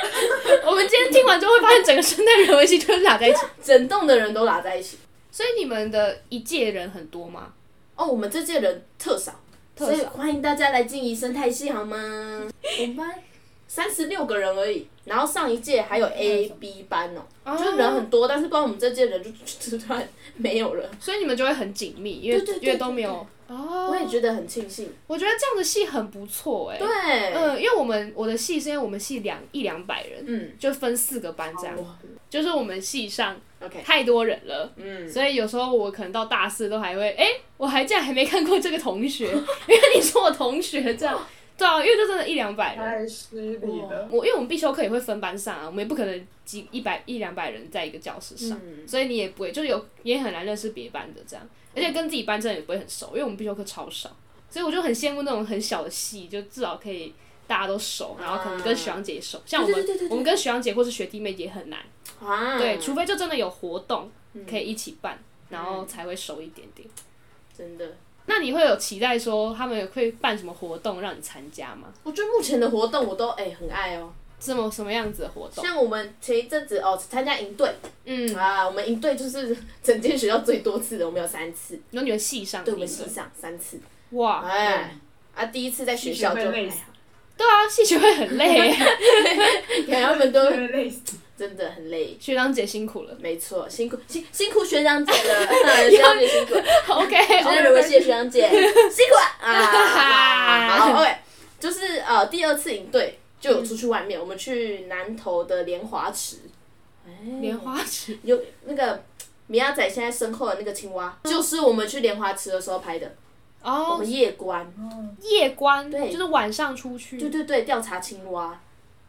[SPEAKER 3] (laughs)
[SPEAKER 1] 我们今天听完之后会发现，整个生态人文系就是拉在一
[SPEAKER 3] (laughs)
[SPEAKER 1] 起。
[SPEAKER 3] 整栋的人都拉在一起。
[SPEAKER 1] 所以你们的一届人很多吗？
[SPEAKER 3] 哦，我们这届人特少，
[SPEAKER 1] 特
[SPEAKER 3] 所以
[SPEAKER 1] 少
[SPEAKER 3] 欢迎大家来静怡生态系好吗？我们班三十六个人而已，然后上一届还有 A、B 班哦，
[SPEAKER 1] 哦
[SPEAKER 3] 就是人很多，但是不知道我们这届人就就突然没有了。
[SPEAKER 1] 所以你们就会很紧密，因为
[SPEAKER 3] 对对对
[SPEAKER 1] 因为都没有。哦，
[SPEAKER 3] 我也觉得很庆幸，
[SPEAKER 1] 我觉得这样的戏很不错哎、
[SPEAKER 3] 对，
[SPEAKER 1] 嗯、因为我们我的戏是因为我们系两一两百人，
[SPEAKER 3] 嗯
[SPEAKER 1] 就分四个班这样，
[SPEAKER 3] 哇
[SPEAKER 1] 就是我们系上
[SPEAKER 3] 哦，OK，
[SPEAKER 1] 太多人了。
[SPEAKER 3] 嗯，
[SPEAKER 1] 所以有时候我可能到大四都还会，哎、我还竟然还没看过这个同
[SPEAKER 3] (laughs)
[SPEAKER 1] 学，因为你是我同学这
[SPEAKER 3] 哦
[SPEAKER 1] 样，对啊，因为就真的一两百
[SPEAKER 3] 哎
[SPEAKER 1] 人，
[SPEAKER 5] 太失礼了。
[SPEAKER 1] 我因为我们必修课也会分班上啊，我们也不可能几一百一两百人在一个教室上，
[SPEAKER 3] 嗯
[SPEAKER 1] 所以你也不会就是有也很难认识别班的这样，而且跟自己班真的也不会很熟，因为我们必修课超少，所以我就很羡慕那种很小的系，就至少可以大家都熟，然后可能跟学长姐也熟，像我们
[SPEAKER 3] 对对对对对
[SPEAKER 1] 我们跟学长姐或是学弟妹也很难，
[SPEAKER 3] 啊，
[SPEAKER 1] 对，除非就真的有活动
[SPEAKER 3] 嗯
[SPEAKER 1] 可以一起办，然后才会熟一点点。
[SPEAKER 3] 真的，
[SPEAKER 1] 那你会有期待说他们有会办什么活动让你参加吗？
[SPEAKER 3] 我觉得目前的活动我都哎很爱哦，
[SPEAKER 1] 什么什么样子的活动？
[SPEAKER 3] 像我们前一阵子哦参加营队
[SPEAKER 1] 嗯，
[SPEAKER 3] 啊，我们营队就是整间学校最多次的，我们有三次，
[SPEAKER 1] 有你们系上的
[SPEAKER 3] 对我
[SPEAKER 1] 那
[SPEAKER 3] 们
[SPEAKER 1] 个
[SPEAKER 3] 系上三次，
[SPEAKER 1] 哇，
[SPEAKER 3] 哎，啊第一次在学校就
[SPEAKER 5] 系学会累
[SPEAKER 3] 还
[SPEAKER 5] 死
[SPEAKER 3] 好，
[SPEAKER 1] 对啊，戏学会很累，
[SPEAKER 3] 然哎后他们都 (laughs)
[SPEAKER 5] 对累死。
[SPEAKER 3] 真的很累，
[SPEAKER 1] (laughs) 学长姐辛苦了。
[SPEAKER 3] 没错，辛苦辛辛苦学长姐了，啊学长姐辛苦了，
[SPEAKER 1] OK，
[SPEAKER 3] (laughs) 真的如果谢谢学长姐，哎辛苦了啊！好，OK，就是呃第二次营队就有出去外面，我们去南投的莲花池，哎
[SPEAKER 1] 莲花池
[SPEAKER 3] 有那个米亚仔现在身后的那个青蛙，就是我们去莲花池的时候拍的，我
[SPEAKER 1] 哦
[SPEAKER 3] 们，夜观，
[SPEAKER 1] 夜观
[SPEAKER 3] 对
[SPEAKER 1] 就是晚上出去，
[SPEAKER 3] 对对对，调查青蛙，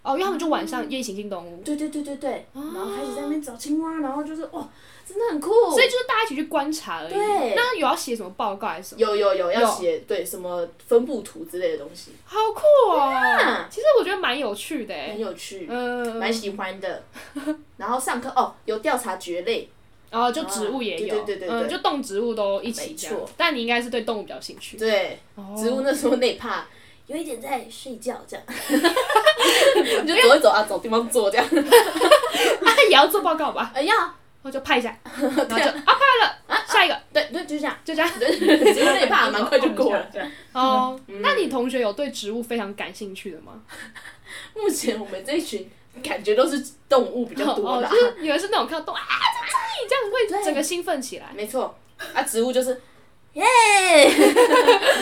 [SPEAKER 1] 哦，因为他们就晚
[SPEAKER 3] 嗯
[SPEAKER 1] 上夜行性动物，
[SPEAKER 3] 对对对对对，
[SPEAKER 1] 哦
[SPEAKER 3] 然后开始在那边找青蛙，然后就是哇，真的很酷，
[SPEAKER 1] 所以就是大家一起去观察而已。
[SPEAKER 3] 哦对
[SPEAKER 1] 那有要写什么报告还是什么？
[SPEAKER 3] 有有有要
[SPEAKER 1] 有
[SPEAKER 3] 写对什么分布图之类的东西，啊
[SPEAKER 1] 好酷哦！其实我觉得蛮有趣的
[SPEAKER 3] 很
[SPEAKER 1] 哎，
[SPEAKER 3] 有趣，
[SPEAKER 1] 嗯，
[SPEAKER 3] 蛮喜
[SPEAKER 1] (laughs)
[SPEAKER 3] 欢的。然后上课哦，有调查蕨类，
[SPEAKER 1] 然哦后就植物也有，
[SPEAKER 3] 啊对对对对对
[SPEAKER 1] 嗯，就动植物都一起这
[SPEAKER 3] 没
[SPEAKER 1] 样
[SPEAKER 3] 错。
[SPEAKER 1] 但你应该是对动物比较兴趣，
[SPEAKER 3] 对，
[SPEAKER 1] 哦
[SPEAKER 3] 植物那时候那怕有一点在睡觉
[SPEAKER 1] (laughs)
[SPEAKER 3] 这样， (laughs) 你就走一走啊，找地方坐这样。
[SPEAKER 1] 啊也要做报告吧？
[SPEAKER 3] 哎呀，
[SPEAKER 1] 然后就拍
[SPEAKER 3] (laughs)
[SPEAKER 1] 一下，然后就啊拍了，下一个
[SPEAKER 3] 对对，就这样，
[SPEAKER 1] 就
[SPEAKER 3] (laughs)
[SPEAKER 1] 这样。
[SPEAKER 3] 植物那怕蛮快就过
[SPEAKER 1] (laughs)
[SPEAKER 3] 了。
[SPEAKER 5] 这样。
[SPEAKER 1] 哦，
[SPEAKER 3] 嗯
[SPEAKER 1] 那你同学有对植物非常感兴趣的吗？
[SPEAKER 3] 目前我们这一群感觉都是动物比较多
[SPEAKER 1] 哦，
[SPEAKER 3] 啦
[SPEAKER 1] 就，是有的是那种看到动物啊，在这里这样会
[SPEAKER 3] 对
[SPEAKER 1] 整个兴奋起来。
[SPEAKER 3] (laughs) 没错，啊，植物就是。耶！ (laughs)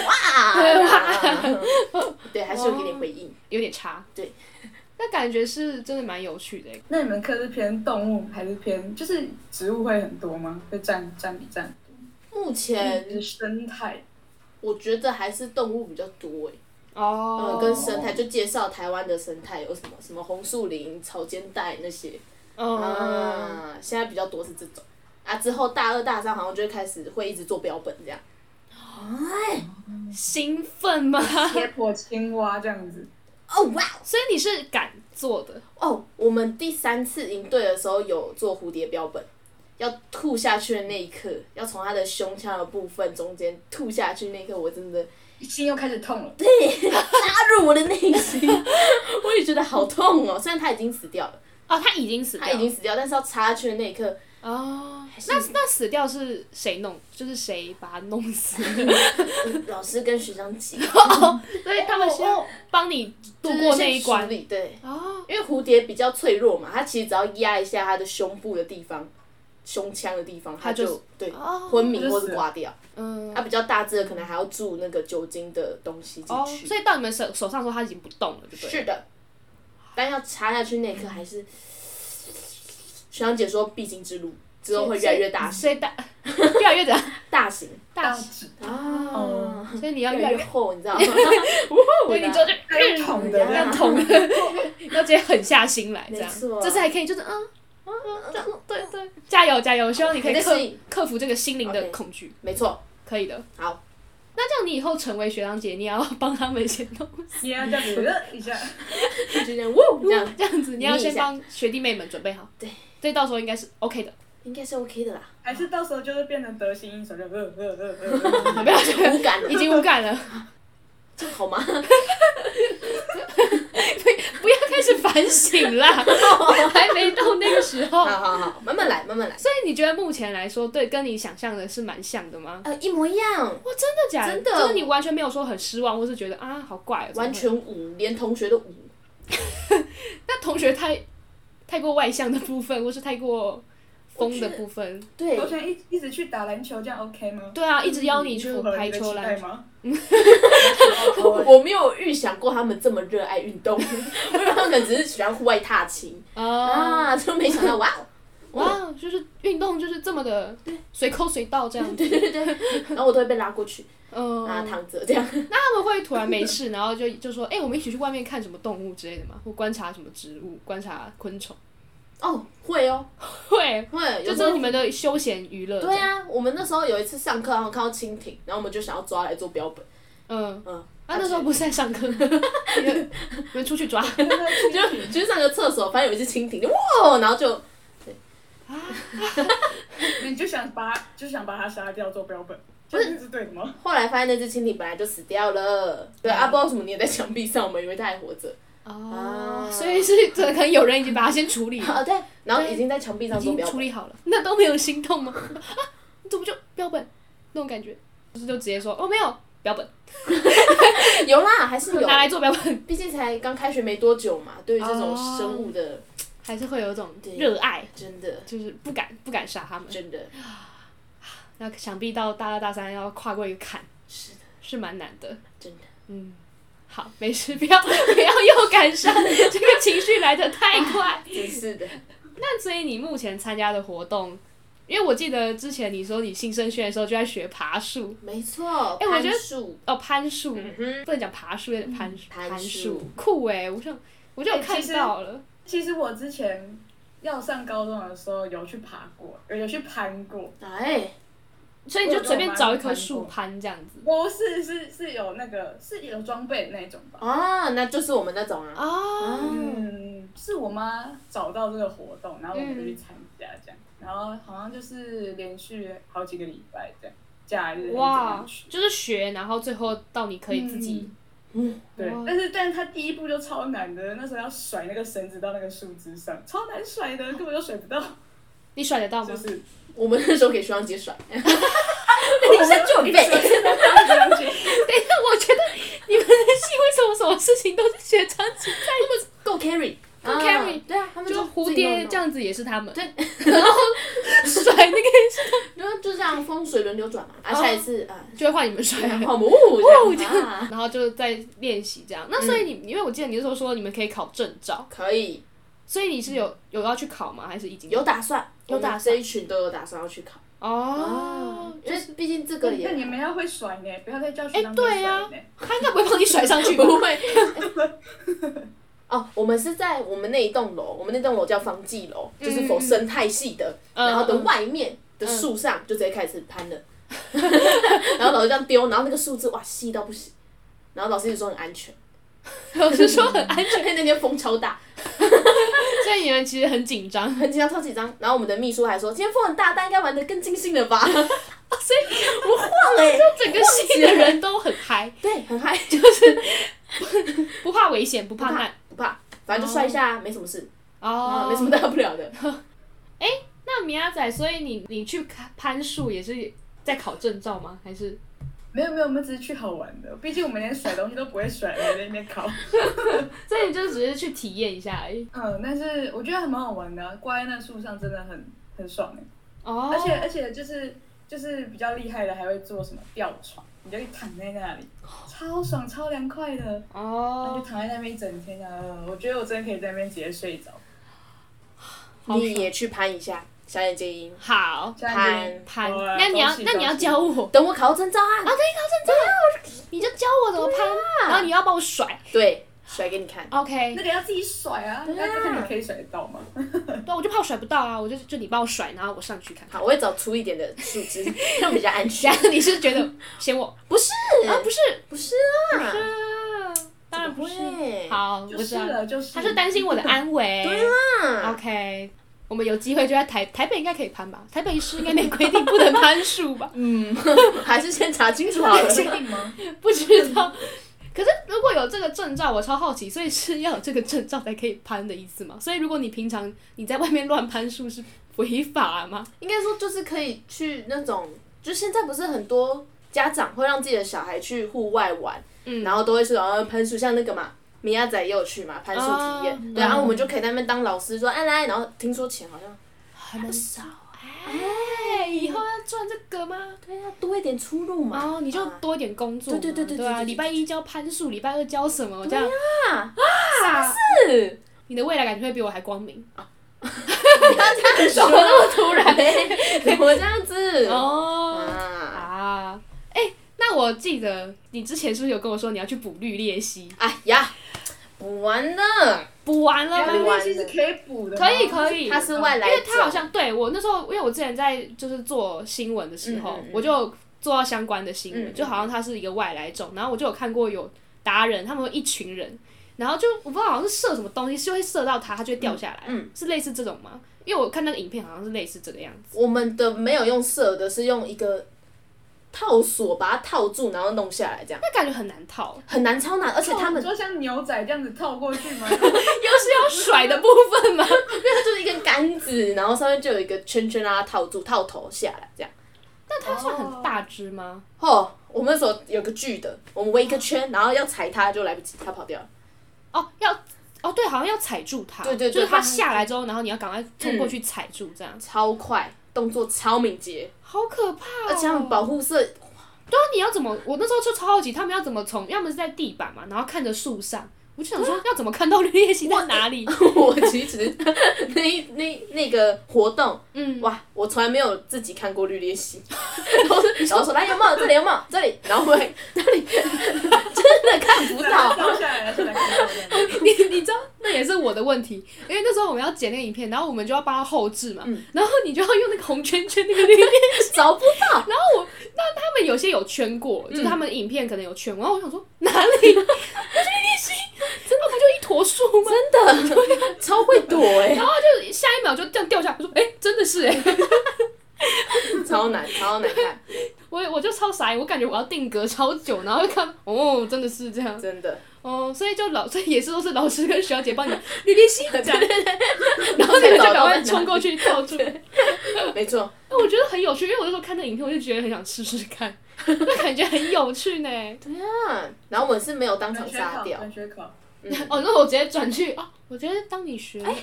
[SPEAKER 3] 哇！对，还是有一点回应。
[SPEAKER 1] 有点差。
[SPEAKER 3] 对，
[SPEAKER 1] (laughs) 那感觉是真的蛮有趣的欸。
[SPEAKER 5] 那你们课是偏动物还是偏就是植物会很多吗？会占占比占？
[SPEAKER 3] 目前
[SPEAKER 5] 就是生态
[SPEAKER 3] 我觉得还是动物比较多诶、
[SPEAKER 1] 哦
[SPEAKER 3] 嗯，跟生态就介绍台湾的生态有什么什么红树林、草间带那些，
[SPEAKER 1] 嗯，
[SPEAKER 3] 啊，现在比较多是这种。啊，之后大二大三好像就会开始会一直做标本这样，嗯
[SPEAKER 1] 兴奋吗？ (laughs)
[SPEAKER 5] 解剖青蛙这样子，
[SPEAKER 3] 哦哇
[SPEAKER 1] 所以你是敢做的
[SPEAKER 3] 哦，我们第三次营队的时候有做蝴蝶标本，要吐下去的那一刻，要从它的胸腔的部分中间吐下去那一刻，我真的
[SPEAKER 5] 心又开始痛了。
[SPEAKER 3] 插入我的内心， (laughs) 我也觉得好痛哦。虽然它已经死掉了，
[SPEAKER 1] 哦，他已经死掉
[SPEAKER 3] 它已经死掉，但是要插下去的那一刻，
[SPEAKER 1] 哦。那那死掉是谁弄？就是谁把他弄
[SPEAKER 3] (laughs)
[SPEAKER 1] 死？
[SPEAKER 3] 老师跟学长
[SPEAKER 1] (laughs)
[SPEAKER 3] 姐
[SPEAKER 1] 所以他们先帮你度过那一关
[SPEAKER 3] 哦就是先处。理对，
[SPEAKER 1] 哦，
[SPEAKER 3] 因为蝴蝶比较脆弱嘛，它其实只要压一下它的胸部的地方、胸腔的地方，它就
[SPEAKER 1] 它就
[SPEAKER 3] 对
[SPEAKER 1] 哦
[SPEAKER 3] 昏迷
[SPEAKER 5] 它就
[SPEAKER 3] 或
[SPEAKER 5] 死
[SPEAKER 3] 是
[SPEAKER 5] 了
[SPEAKER 3] 挂掉。
[SPEAKER 1] 嗯
[SPEAKER 3] 它、。比较大只的可能还要注那个酒精的东西进
[SPEAKER 1] 哦，
[SPEAKER 3] 去。
[SPEAKER 1] 所以到你们手手上的时候，他已经不动了，对不对？
[SPEAKER 3] 是的，但要插下去那一刻还是学长姐说必经之路，之后会越来越大
[SPEAKER 1] 所以大 (laughs) 越来越
[SPEAKER 3] (laughs)
[SPEAKER 1] 怎样？
[SPEAKER 3] 大型
[SPEAKER 1] 大，
[SPEAKER 3] 啊，
[SPEAKER 1] 所以你要
[SPEAKER 3] 越
[SPEAKER 1] 越来
[SPEAKER 3] 来越
[SPEAKER 1] 越，
[SPEAKER 3] 厚，你知 (laughs) 道吗？
[SPEAKER 1] 所以你就
[SPEAKER 5] 还有
[SPEAKER 1] 就
[SPEAKER 5] 捅的这
[SPEAKER 1] 要
[SPEAKER 5] 样，
[SPEAKER 1] 捅，要直接狠下心来这样
[SPEAKER 3] 没错，
[SPEAKER 1] 这次还可以就是嗯。嗯这
[SPEAKER 3] (laughs)
[SPEAKER 1] 样对对，加油加油！希望你可以
[SPEAKER 3] 还在
[SPEAKER 1] 克
[SPEAKER 3] 适应
[SPEAKER 1] 克服这个心灵的
[SPEAKER 3] OK
[SPEAKER 1] 恐惧，
[SPEAKER 3] 没错，
[SPEAKER 1] 可以的。
[SPEAKER 3] 好，
[SPEAKER 1] 那这样你以后成为学长姐，你也要 (laughs) 帮他们先弄，
[SPEAKER 5] 你要这样子呃一下，
[SPEAKER 3] 就这样，呜， (laughs) 这样
[SPEAKER 1] 这样子你要
[SPEAKER 3] 眯一
[SPEAKER 1] 先
[SPEAKER 3] 下
[SPEAKER 1] 帮学弟妹们准备好。
[SPEAKER 3] 对，
[SPEAKER 1] 所以到时候应该是 OK 的。 (laughs)
[SPEAKER 3] 应该是 OK 的啦。
[SPEAKER 5] 还是到时候就是变成得心应手，就呃呃呃呃，
[SPEAKER 1] 不要觉得
[SPEAKER 3] 无感 (laughs)
[SPEAKER 1] 已经无感了，
[SPEAKER 3] 这样好吗？
[SPEAKER 1] 不要开始反省
[SPEAKER 3] (laughs)
[SPEAKER 1] 啦，还没到那个时候。
[SPEAKER 3] 好好好，慢慢来，慢慢
[SPEAKER 1] (laughs)
[SPEAKER 3] 来。
[SPEAKER 1] 所以你觉得目前来说，对跟你想象的是蛮像的吗？
[SPEAKER 3] (laughs) 呃，一模一样，
[SPEAKER 1] 哇，真的假的？
[SPEAKER 3] 真的
[SPEAKER 1] 就是你完全没有说很失望，或是觉得啊好怪哦，怎么会
[SPEAKER 3] 完全无，连同学都无。
[SPEAKER 1] 那同学太太过外向的部分，或是太过疯的部分，
[SPEAKER 3] 对
[SPEAKER 5] 同学一一直去打篮球，这样 OK 吗？
[SPEAKER 1] 对啊，一直邀你去
[SPEAKER 5] 符合
[SPEAKER 1] 排
[SPEAKER 5] 你的
[SPEAKER 1] 球
[SPEAKER 5] 期
[SPEAKER 3] 嗯
[SPEAKER 1] 篮
[SPEAKER 5] 待
[SPEAKER 1] 球，
[SPEAKER 5] 吗？
[SPEAKER 3] 我没有预想过他们这么热爱运动， (laughs) 我以为他们可能只是喜欢户外踏青
[SPEAKER 1] 啊
[SPEAKER 3] 啊，就没想到哇，
[SPEAKER 1] 哇，
[SPEAKER 3] 嗯
[SPEAKER 1] 就是运动就是这么的随口随到这样子，
[SPEAKER 3] 对对对， (laughs) 然后我都会被拉过去，
[SPEAKER 1] 嗯，
[SPEAKER 3] 啊，躺着这样，
[SPEAKER 1] 他们会突然没事，然后就就说，哎、我们一起去外面看什么动物之类的嘛，或观察什么植物、观察昆虫， (laughs)
[SPEAKER 3] 哦，会哦，
[SPEAKER 1] 会，
[SPEAKER 3] 会，
[SPEAKER 1] 就
[SPEAKER 3] 有
[SPEAKER 1] 这
[SPEAKER 3] 时候
[SPEAKER 1] 是你们的休闲娱乐。
[SPEAKER 3] 对，啊，我们那时候有一次上课，然后看到蜻蜓，然后我们就想要抓来做标本，
[SPEAKER 1] 嗯，
[SPEAKER 3] 嗯，
[SPEAKER 1] 啊，那时候不是在上
[SPEAKER 3] (laughs)
[SPEAKER 1] 课，你们你们出去抓
[SPEAKER 3] 就就上个厕所，发现有一只蜻蜓，就哇，哦然后就啊
[SPEAKER 5] 你就想把就想把它杀掉做标本，这样是对的吗？
[SPEAKER 3] 后来发现那只蜻蜓本来就死掉了，对啊，不知道为什么粘在墙壁上，我们以为它还活着，
[SPEAKER 1] 哦，所以是可能有人已经把它先处理了，
[SPEAKER 3] 啊对，然后已经在墙壁上
[SPEAKER 1] 已
[SPEAKER 3] 做
[SPEAKER 1] 经
[SPEAKER 3] 标
[SPEAKER 1] 处
[SPEAKER 3] 本，
[SPEAKER 1] 理好了，那都没有心痛吗？啊，你怎么就标本那种感觉？就是就直接说，哦，没有标本，
[SPEAKER 3] 有啦，还是有
[SPEAKER 1] 拿，来做标本，
[SPEAKER 3] 毕竟才刚开学没多久嘛，对于这种
[SPEAKER 1] 哦
[SPEAKER 3] 生物的，
[SPEAKER 1] 还是会有一种
[SPEAKER 3] 对
[SPEAKER 1] 热爱，
[SPEAKER 3] 真的
[SPEAKER 1] 就是不敢不敢杀他们。
[SPEAKER 3] 真的
[SPEAKER 1] 那想必到大二大三要跨过一个坎，
[SPEAKER 3] 是的
[SPEAKER 1] 是蛮难的。
[SPEAKER 3] 真的，
[SPEAKER 1] 嗯，好，没事，不要 (laughs) 不要又感伤，这个情绪来得太
[SPEAKER 3] (laughs)
[SPEAKER 1] 快。
[SPEAKER 3] 真是的，
[SPEAKER 1] 那所以你目前参加的活动，因为我记得之前你说你新生训的时候就在学爬树
[SPEAKER 3] 没错，
[SPEAKER 1] 哎我觉得
[SPEAKER 3] 攀树，
[SPEAKER 1] 哦，攀树，
[SPEAKER 3] 嗯哼，
[SPEAKER 1] 不能讲爬树，有欸点嗯攀
[SPEAKER 3] 攀
[SPEAKER 1] 攀
[SPEAKER 3] 树
[SPEAKER 1] 酷哎、我想我就有
[SPEAKER 5] 哎其
[SPEAKER 1] 看
[SPEAKER 5] 实
[SPEAKER 1] 到了，
[SPEAKER 5] 其实我之前要上高中的时候有去爬过，有有去攀过，
[SPEAKER 3] 哎，
[SPEAKER 1] 所以你就
[SPEAKER 5] 我有
[SPEAKER 1] 随便找一棵
[SPEAKER 5] 蛮
[SPEAKER 1] 树
[SPEAKER 5] 攀过
[SPEAKER 1] 攀这样子。
[SPEAKER 5] 不是是是有那个是有装备的那种吧？
[SPEAKER 3] 啊，那就是我们那种啊，
[SPEAKER 1] 哦，
[SPEAKER 3] 啊，
[SPEAKER 5] 嗯，是我妈找到这个活动，然后我们就
[SPEAKER 1] 嗯
[SPEAKER 5] 去参加这样，然后好像就是连续好几个礼拜这样，假日
[SPEAKER 1] 哇
[SPEAKER 5] 一直去，
[SPEAKER 1] 就是学，然后最后到你可以自己，
[SPEAKER 3] 嗯，
[SPEAKER 5] 对
[SPEAKER 1] 哇，
[SPEAKER 5] 但是但是他第一步就超难的，那时候要甩那个绳子到那个树枝上，超难甩的，根本就甩不到，
[SPEAKER 1] 啊
[SPEAKER 5] (laughs)
[SPEAKER 1] 你甩得到吗？
[SPEAKER 5] 就是。 (laughs)
[SPEAKER 3] 我们那时候给学长姐甩， (laughs) 你先准备，
[SPEAKER 1] (laughs) 等一下，我觉得你们的系为什么什么事情都是学长姐在
[SPEAKER 3] (laughs) 够 carry，够
[SPEAKER 1] carry
[SPEAKER 3] 对啊，他们
[SPEAKER 1] 就蝴
[SPEAKER 3] 自己弄
[SPEAKER 1] 蝶
[SPEAKER 3] 弄
[SPEAKER 1] 这，样子也是他们，
[SPEAKER 3] 对，
[SPEAKER 1] 然后甩那个也是他们，
[SPEAKER 3] 然 (laughs) 后就这样风水轮流转嘛，啊，
[SPEAKER 1] 哦
[SPEAKER 3] 下一次啊，
[SPEAKER 1] 就会换你们甩，
[SPEAKER 3] 然后我们呜这
[SPEAKER 1] 这
[SPEAKER 3] 样
[SPEAKER 1] 样
[SPEAKER 3] 啊，
[SPEAKER 1] (laughs) 然后就在练习这样。那所以你，因为我记得你那时候说你们可以考证照，
[SPEAKER 3] 可以，
[SPEAKER 1] 所以你是有有要去考吗？还是已经
[SPEAKER 3] 有打算，
[SPEAKER 1] 有打
[SPEAKER 3] 我们这一群都有打算要去考，
[SPEAKER 1] 哦？
[SPEAKER 3] 因为毕竟这个也
[SPEAKER 5] 那你们要会甩呢，不要再叫学长姐
[SPEAKER 1] 哎对
[SPEAKER 5] 甩
[SPEAKER 1] 啊
[SPEAKER 5] 呢。
[SPEAKER 1] 他应该 (laughs) 不会帮你甩上去吧？
[SPEAKER 3] 不会。哦，我们是在我们那一栋楼，我们那栋楼叫方济楼，就是否生态系的，
[SPEAKER 1] 嗯
[SPEAKER 3] 然后的外面的树上就直接开始攀了， (laughs) 然后老师这样丢，然后那个树枝哇细到不行，然后老师一直说很安全，
[SPEAKER 1] (laughs) 老师说很安全，
[SPEAKER 3] 因为 (laughs) 那天风超大，
[SPEAKER 1] 所以你们其实很紧 (laughs) 张，
[SPEAKER 3] 很紧张超紧张，然后我们的秘书还说今天风很大，大家应该玩的更尽兴了吧，
[SPEAKER 1] 所以
[SPEAKER 3] 我晃哎、
[SPEAKER 1] 整个系的人都很嗨，
[SPEAKER 3] (laughs) 对，很嗨， (laughs)
[SPEAKER 1] 不怕危险，不怕
[SPEAKER 3] 不怕
[SPEAKER 1] 难
[SPEAKER 3] 不怕，反正就摔一下、没什么事，啊、
[SPEAKER 1] 哦，
[SPEAKER 3] 没什么大不了的，
[SPEAKER 1] 那米亚仔，所以你你去看攀树也是在考证照吗？还是
[SPEAKER 5] 没有没有，我们只是去好玩的，毕竟我们连甩东西都不会甩，还在那边烤。
[SPEAKER 1] 所以你就只是去体验一下而已？
[SPEAKER 5] 嗯，但是我觉得还蛮好玩的、啊，挂在那树上真的很很爽哎、
[SPEAKER 1] 哦，
[SPEAKER 5] 而且而且就是就是比较厉害的还会做什么吊床，你就躺在那里，超爽超凉快的，然后
[SPEAKER 1] 哦
[SPEAKER 5] 就，躺在那边一整天啊、呃我觉得我真的可以在那边直接睡着。
[SPEAKER 1] 好
[SPEAKER 3] 你也去攀一下，小眼睛。
[SPEAKER 1] 好
[SPEAKER 5] 这样子
[SPEAKER 1] 攀
[SPEAKER 5] 哇，
[SPEAKER 1] 那你要
[SPEAKER 5] 恭喜
[SPEAKER 1] 那你要
[SPEAKER 5] 恭喜
[SPEAKER 1] 教我，
[SPEAKER 3] 等我考到证照啊！
[SPEAKER 1] 你就教我怎么攀，啊然后你要帮我甩
[SPEAKER 3] 对，甩给你看。
[SPEAKER 1] ，OK？
[SPEAKER 5] 那个要自己甩啊，那那看你可以甩得到吗？
[SPEAKER 1] 对，我就怕我甩不到啊，我就就你帮我甩，然后我上去看。
[SPEAKER 3] 好，我会找粗一点的树 (laughs) 枝，让比较安全
[SPEAKER 1] 然。后 (laughs) 你是觉得嫌我
[SPEAKER 3] 不是，
[SPEAKER 1] 啊？ (laughs) 不是，
[SPEAKER 3] 不是啊，
[SPEAKER 1] 啊当然不是
[SPEAKER 3] 怎么。会
[SPEAKER 1] 好，我
[SPEAKER 5] 就
[SPEAKER 1] 知
[SPEAKER 5] 是
[SPEAKER 1] 道了，
[SPEAKER 5] 了，就是。
[SPEAKER 1] 他是担心我的安危。对
[SPEAKER 3] 啊
[SPEAKER 1] OK，我们有机会就在台台北应该可以攀吧？台北市应该没规定不能攀树吧？
[SPEAKER 3] 还是 (laughs) 先查清楚好了。
[SPEAKER 5] 定吗？
[SPEAKER 1] (laughs) 不知道。可是如果有这个证照，我超好奇，所以是要有这个证照才可以攀的意思吗？所以如果你平常你在外面乱攀树是违法吗？
[SPEAKER 3] 应该说就是可以去那种，就现在不是很多家长会让自己的小孩去户外玩，
[SPEAKER 1] 嗯
[SPEAKER 3] 然后都会说啊攀树，像那个嘛。米亚仔也有去嘛，攀树体验，
[SPEAKER 1] 哦
[SPEAKER 3] 对，然后我们就可以在那边当老师说，哎来，然后听说钱好像
[SPEAKER 1] 很少。哎，以后要赚这个吗？
[SPEAKER 3] 对啊，多一点出路嘛。啊
[SPEAKER 1] 哦，你就多一点工作嘛。
[SPEAKER 3] 对对对对
[SPEAKER 1] 对啊！
[SPEAKER 3] 对对
[SPEAKER 1] 礼拜一教攀树，礼拜二教什么？这样
[SPEAKER 3] (laughs) 是，
[SPEAKER 1] 你的未来感觉会比我还光明。
[SPEAKER 3] 不要这样说，那么突然，我这样子。
[SPEAKER 1] 哦
[SPEAKER 3] 啊
[SPEAKER 1] 啊，哎，那我记得你之前是不是有跟我说你要去补绿鬣蜥？
[SPEAKER 3] 哎呀，补完了，
[SPEAKER 1] 补完了
[SPEAKER 5] 然后
[SPEAKER 1] 吗？
[SPEAKER 5] 那边其实可以补的吗，
[SPEAKER 1] 可以可以，
[SPEAKER 3] 他是外来
[SPEAKER 1] 因
[SPEAKER 3] 者，
[SPEAKER 1] 为他好像对我那时候，因为我之前在就是做新闻的时候，
[SPEAKER 3] 嗯嗯嗯
[SPEAKER 1] 我就做到相关的新闻，
[SPEAKER 3] 嗯嗯
[SPEAKER 1] 就好像他是一个外来种，然后我就有看过有达人，他们一群人，然后就我不知道好像是射什么东西，是会射到它，它就会掉下来，
[SPEAKER 3] 嗯
[SPEAKER 1] 是类似这种吗？因为我看那个影片好像是类似这个样
[SPEAKER 3] (laughs)
[SPEAKER 1] 子，
[SPEAKER 3] 我们的没有用射的，是用一个套索把它套住，然后弄下来，这样
[SPEAKER 1] 那感觉很难套，
[SPEAKER 3] 很难超难，而且他们
[SPEAKER 5] 你说像牛仔这样子套过去
[SPEAKER 1] (laughs)
[SPEAKER 5] 吗？
[SPEAKER 1] 又是要甩的部分吗？
[SPEAKER 3] 它就是一根杆子，然后上面就有一个圈圈让它套住，套头下来 (laughs) 这样。
[SPEAKER 1] 那它算很大只吗？
[SPEAKER 3] 哦，我们那时候有个锯的，我们围一个圈，然后要踩它就来不及，它跑掉了。
[SPEAKER 1] 哦，要。哦，对，好像要踩住它，
[SPEAKER 3] 对对对嗯
[SPEAKER 1] 就是它
[SPEAKER 3] 它
[SPEAKER 1] 下来之后，然后你要赶快冲过去踩住，这样、
[SPEAKER 3] 超快，动作超敏捷，
[SPEAKER 1] 好可怕、哦！
[SPEAKER 3] 而且他们保护色 (laughs)
[SPEAKER 1] 对啊，你要怎么？我那时候就超好奇，他们要怎么从，要么是在地板嘛，然后看着树上，我就想说，要怎么看到绿鬣蜥在哪里？
[SPEAKER 3] 啊我其实那那那个活动， (laughs)
[SPEAKER 1] 嗯，
[SPEAKER 3] 哇，我从来没有自己看过绿鬣 (laughs) 蜥。然后然后说来有没有这里有没有这里，然后我们这里真的看不
[SPEAKER 5] 然
[SPEAKER 3] (laughs)
[SPEAKER 5] 后
[SPEAKER 3] 到。
[SPEAKER 5] 掉下来是来看到的。
[SPEAKER 1] 你你知道，那也是我的问题，因为那时候我们要剪那个影片，然后我们就要帮他后置嘛，
[SPEAKER 3] 嗯
[SPEAKER 1] 然后你就要用那个红圈圈那个绿鬣，
[SPEAKER 3] 找不到，
[SPEAKER 1] 然后我那他们有些有圈过，
[SPEAKER 3] 嗯
[SPEAKER 1] 就是他们影片可能有圈过，然后我想说哪里？ (laughs) 我说绿鬣蜥，真的不就一坨树吗？
[SPEAKER 3] 真的超会躲哎、
[SPEAKER 1] 然后就下一秒就这样掉下来，我说哎、真的是哎、 (laughs)
[SPEAKER 3] 超难超难看，
[SPEAKER 1] 我我就超傻眼，我感觉我要定格超久，然后就看哦，真的是这样。
[SPEAKER 3] 真的。
[SPEAKER 1] 哦，所以就老，所以也是都是老师跟学姐帮你绿鬣蜥这样，
[SPEAKER 3] (laughs)
[SPEAKER 1] 然后你
[SPEAKER 3] 才
[SPEAKER 1] 们就
[SPEAKER 3] 找
[SPEAKER 1] 赶
[SPEAKER 3] 到
[SPEAKER 1] 快
[SPEAKER 3] 在哪
[SPEAKER 1] 冲过去跳住。
[SPEAKER 3] (laughs) 没错，
[SPEAKER 1] 那我觉得很有趣，因为我那时候看那影片，我就觉得很想试试看， (laughs) 那感觉很有趣呢。
[SPEAKER 3] 嗯，然后我们是没有
[SPEAKER 1] (laughs)
[SPEAKER 3] 当场
[SPEAKER 5] 转学
[SPEAKER 3] 杀
[SPEAKER 5] 考，
[SPEAKER 3] 掉，
[SPEAKER 5] 转学考，
[SPEAKER 1] 哦，那我直接转去啊，我觉得当你学，
[SPEAKER 5] 有没有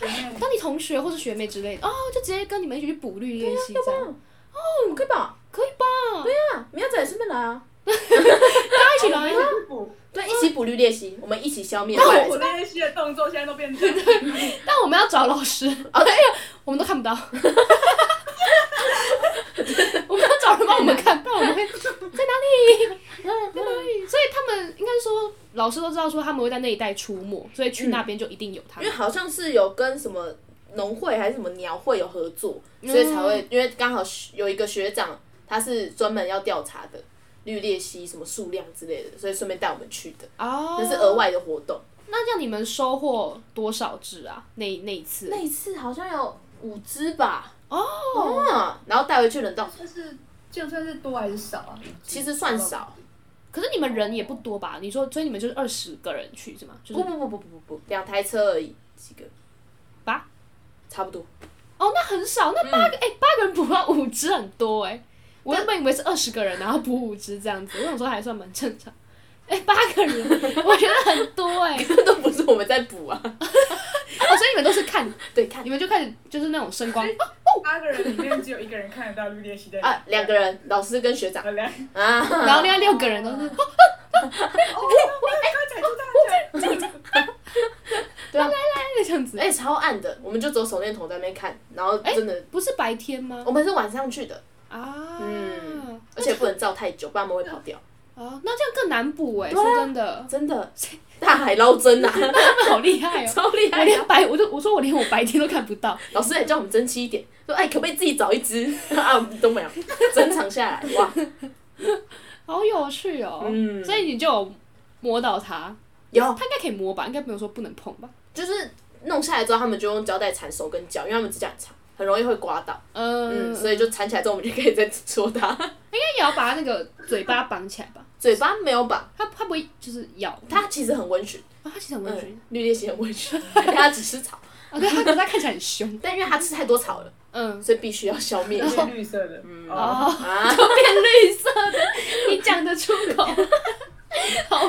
[SPEAKER 1] 哎当你同学或是学妹之类的，哦，就直接跟你们一起去捕绿鬣蜥这样，
[SPEAKER 3] 嗯，可以吧？
[SPEAKER 1] 可以吧？啊对，
[SPEAKER 3] 啊，明仔也顺便来啊。
[SPEAKER 1] 一起来啊。
[SPEAKER 5] 补？
[SPEAKER 3] 对，一起捕绿鬣蜥，我们一起消灭
[SPEAKER 5] 我
[SPEAKER 3] 外来
[SPEAKER 5] 我
[SPEAKER 3] 种。
[SPEAKER 5] 那些的动作现在都变成
[SPEAKER 1] 但我们要找老师，
[SPEAKER 3] 哦，对，
[SPEAKER 1] 我们都看不到。 (laughs) 我们要找人帮我们看，不然我们会在哪里？在哪里？所以他们应该说，老师都知道说他们会在那一带出没，所以去那边就一定有他
[SPEAKER 3] 因
[SPEAKER 1] 们
[SPEAKER 3] 为。好像是有跟什么农会还是什么鸟会有合作，所以才会，因为刚好有一个学长，他是专门要调查的绿鬣蜥什么数量之类的，所以顺便带我们去的，
[SPEAKER 1] 哦
[SPEAKER 3] 那是额。外的活动。
[SPEAKER 1] 那这样你们收获多少只啊？那那一次？
[SPEAKER 3] 那一次好像有五只吧，
[SPEAKER 1] 哦，
[SPEAKER 3] 嗯，然后带回去冷冻，
[SPEAKER 5] 算是这样算是多还是少啊？
[SPEAKER 3] 其实算少，
[SPEAKER 1] 可是你们人也不多吧？你说，所以你们就是二十个人去是吗？就
[SPEAKER 3] 不
[SPEAKER 1] 是
[SPEAKER 3] 不不不不不不，两台车而已，几个
[SPEAKER 1] 八，
[SPEAKER 3] 差不多。 (laughs)
[SPEAKER 1] 哦，那很少，
[SPEAKER 3] 嗯
[SPEAKER 1] 那八个哎、八个人捕到五只很多哎、我原本以为是二十个人，然后捕五只这样子，我想说还算蛮正常。哎、八个人， (laughs) 我觉得很多哎、
[SPEAKER 3] 这都不是我们在补啊，
[SPEAKER 1] 哦，所以你们都是看，
[SPEAKER 3] 对，看
[SPEAKER 1] 你们就开始就是那种声光，
[SPEAKER 5] 八个人里面只有一个人看得到绿鬣蜥的
[SPEAKER 3] 啊，两个人，老师跟学长
[SPEAKER 5] 人，两
[SPEAKER 3] 啊，
[SPEAKER 1] 然后另外六个人都是，
[SPEAKER 3] 哦
[SPEAKER 5] 哦刚才就这样
[SPEAKER 1] 哎这样子，哎、
[SPEAKER 3] 哎，超暗的，我们就走手电筒在那边看，然后
[SPEAKER 1] 哎
[SPEAKER 3] 真的，
[SPEAKER 1] 不是白天吗
[SPEAKER 3] 我？们是晚上去的，
[SPEAKER 1] 啊，
[SPEAKER 3] 哦嗯而且不能照太久，不然他们会跑掉，
[SPEAKER 1] 哦，那这样更难捕哎、
[SPEAKER 3] 对啊
[SPEAKER 1] 说真的，
[SPEAKER 3] 真的， (laughs) 大海捞针啊，
[SPEAKER 1] 他们好厉害哦、
[SPEAKER 3] 超厉
[SPEAKER 1] 我
[SPEAKER 3] 害啊的。
[SPEAKER 1] 连白，我就我说我连我白天都看不到，
[SPEAKER 3] 老师也叫我们争气一点，说哎，可不可以自己找一只 (laughs) 啊？我们都没有，珍藏下来，哇，
[SPEAKER 1] 好有趣哦、
[SPEAKER 3] 嗯
[SPEAKER 1] 所以你就有摸到它，
[SPEAKER 3] 有，
[SPEAKER 1] 它应该可以摸吧？应该没有说不能碰吧？
[SPEAKER 3] 就是弄下来之后，他们就用胶带缠手跟脚，因为他们指甲很长，很容易会刮到，
[SPEAKER 1] 嗯，
[SPEAKER 3] 嗯，
[SPEAKER 1] 所
[SPEAKER 3] 所
[SPEAKER 1] 以
[SPEAKER 3] 以就缠起来之后，我们就可以再戳它。 (laughs)
[SPEAKER 1] 那也要把它那个嘴巴绑起来吧？
[SPEAKER 3] 嘴巴没有绑，
[SPEAKER 1] 它它不会就是咬它，哦
[SPEAKER 3] 它其实很温驯。
[SPEAKER 1] 它其实很温
[SPEAKER 3] 嗯
[SPEAKER 1] 驯，，
[SPEAKER 3] 绿鬣蜥很温驯， (laughs) 但它只吃草，
[SPEAKER 1] 啊，对，它可是它看起来很
[SPEAKER 3] (laughs)
[SPEAKER 1] 凶，
[SPEAKER 3] 但因为它吃太多草了，
[SPEAKER 1] 嗯，
[SPEAKER 3] 所以必须要消灭
[SPEAKER 5] 这样，是绿色的，哦，
[SPEAKER 1] 哦，
[SPEAKER 3] 啊，
[SPEAKER 1] 变绿色的，你讲得出口， (laughs) 好，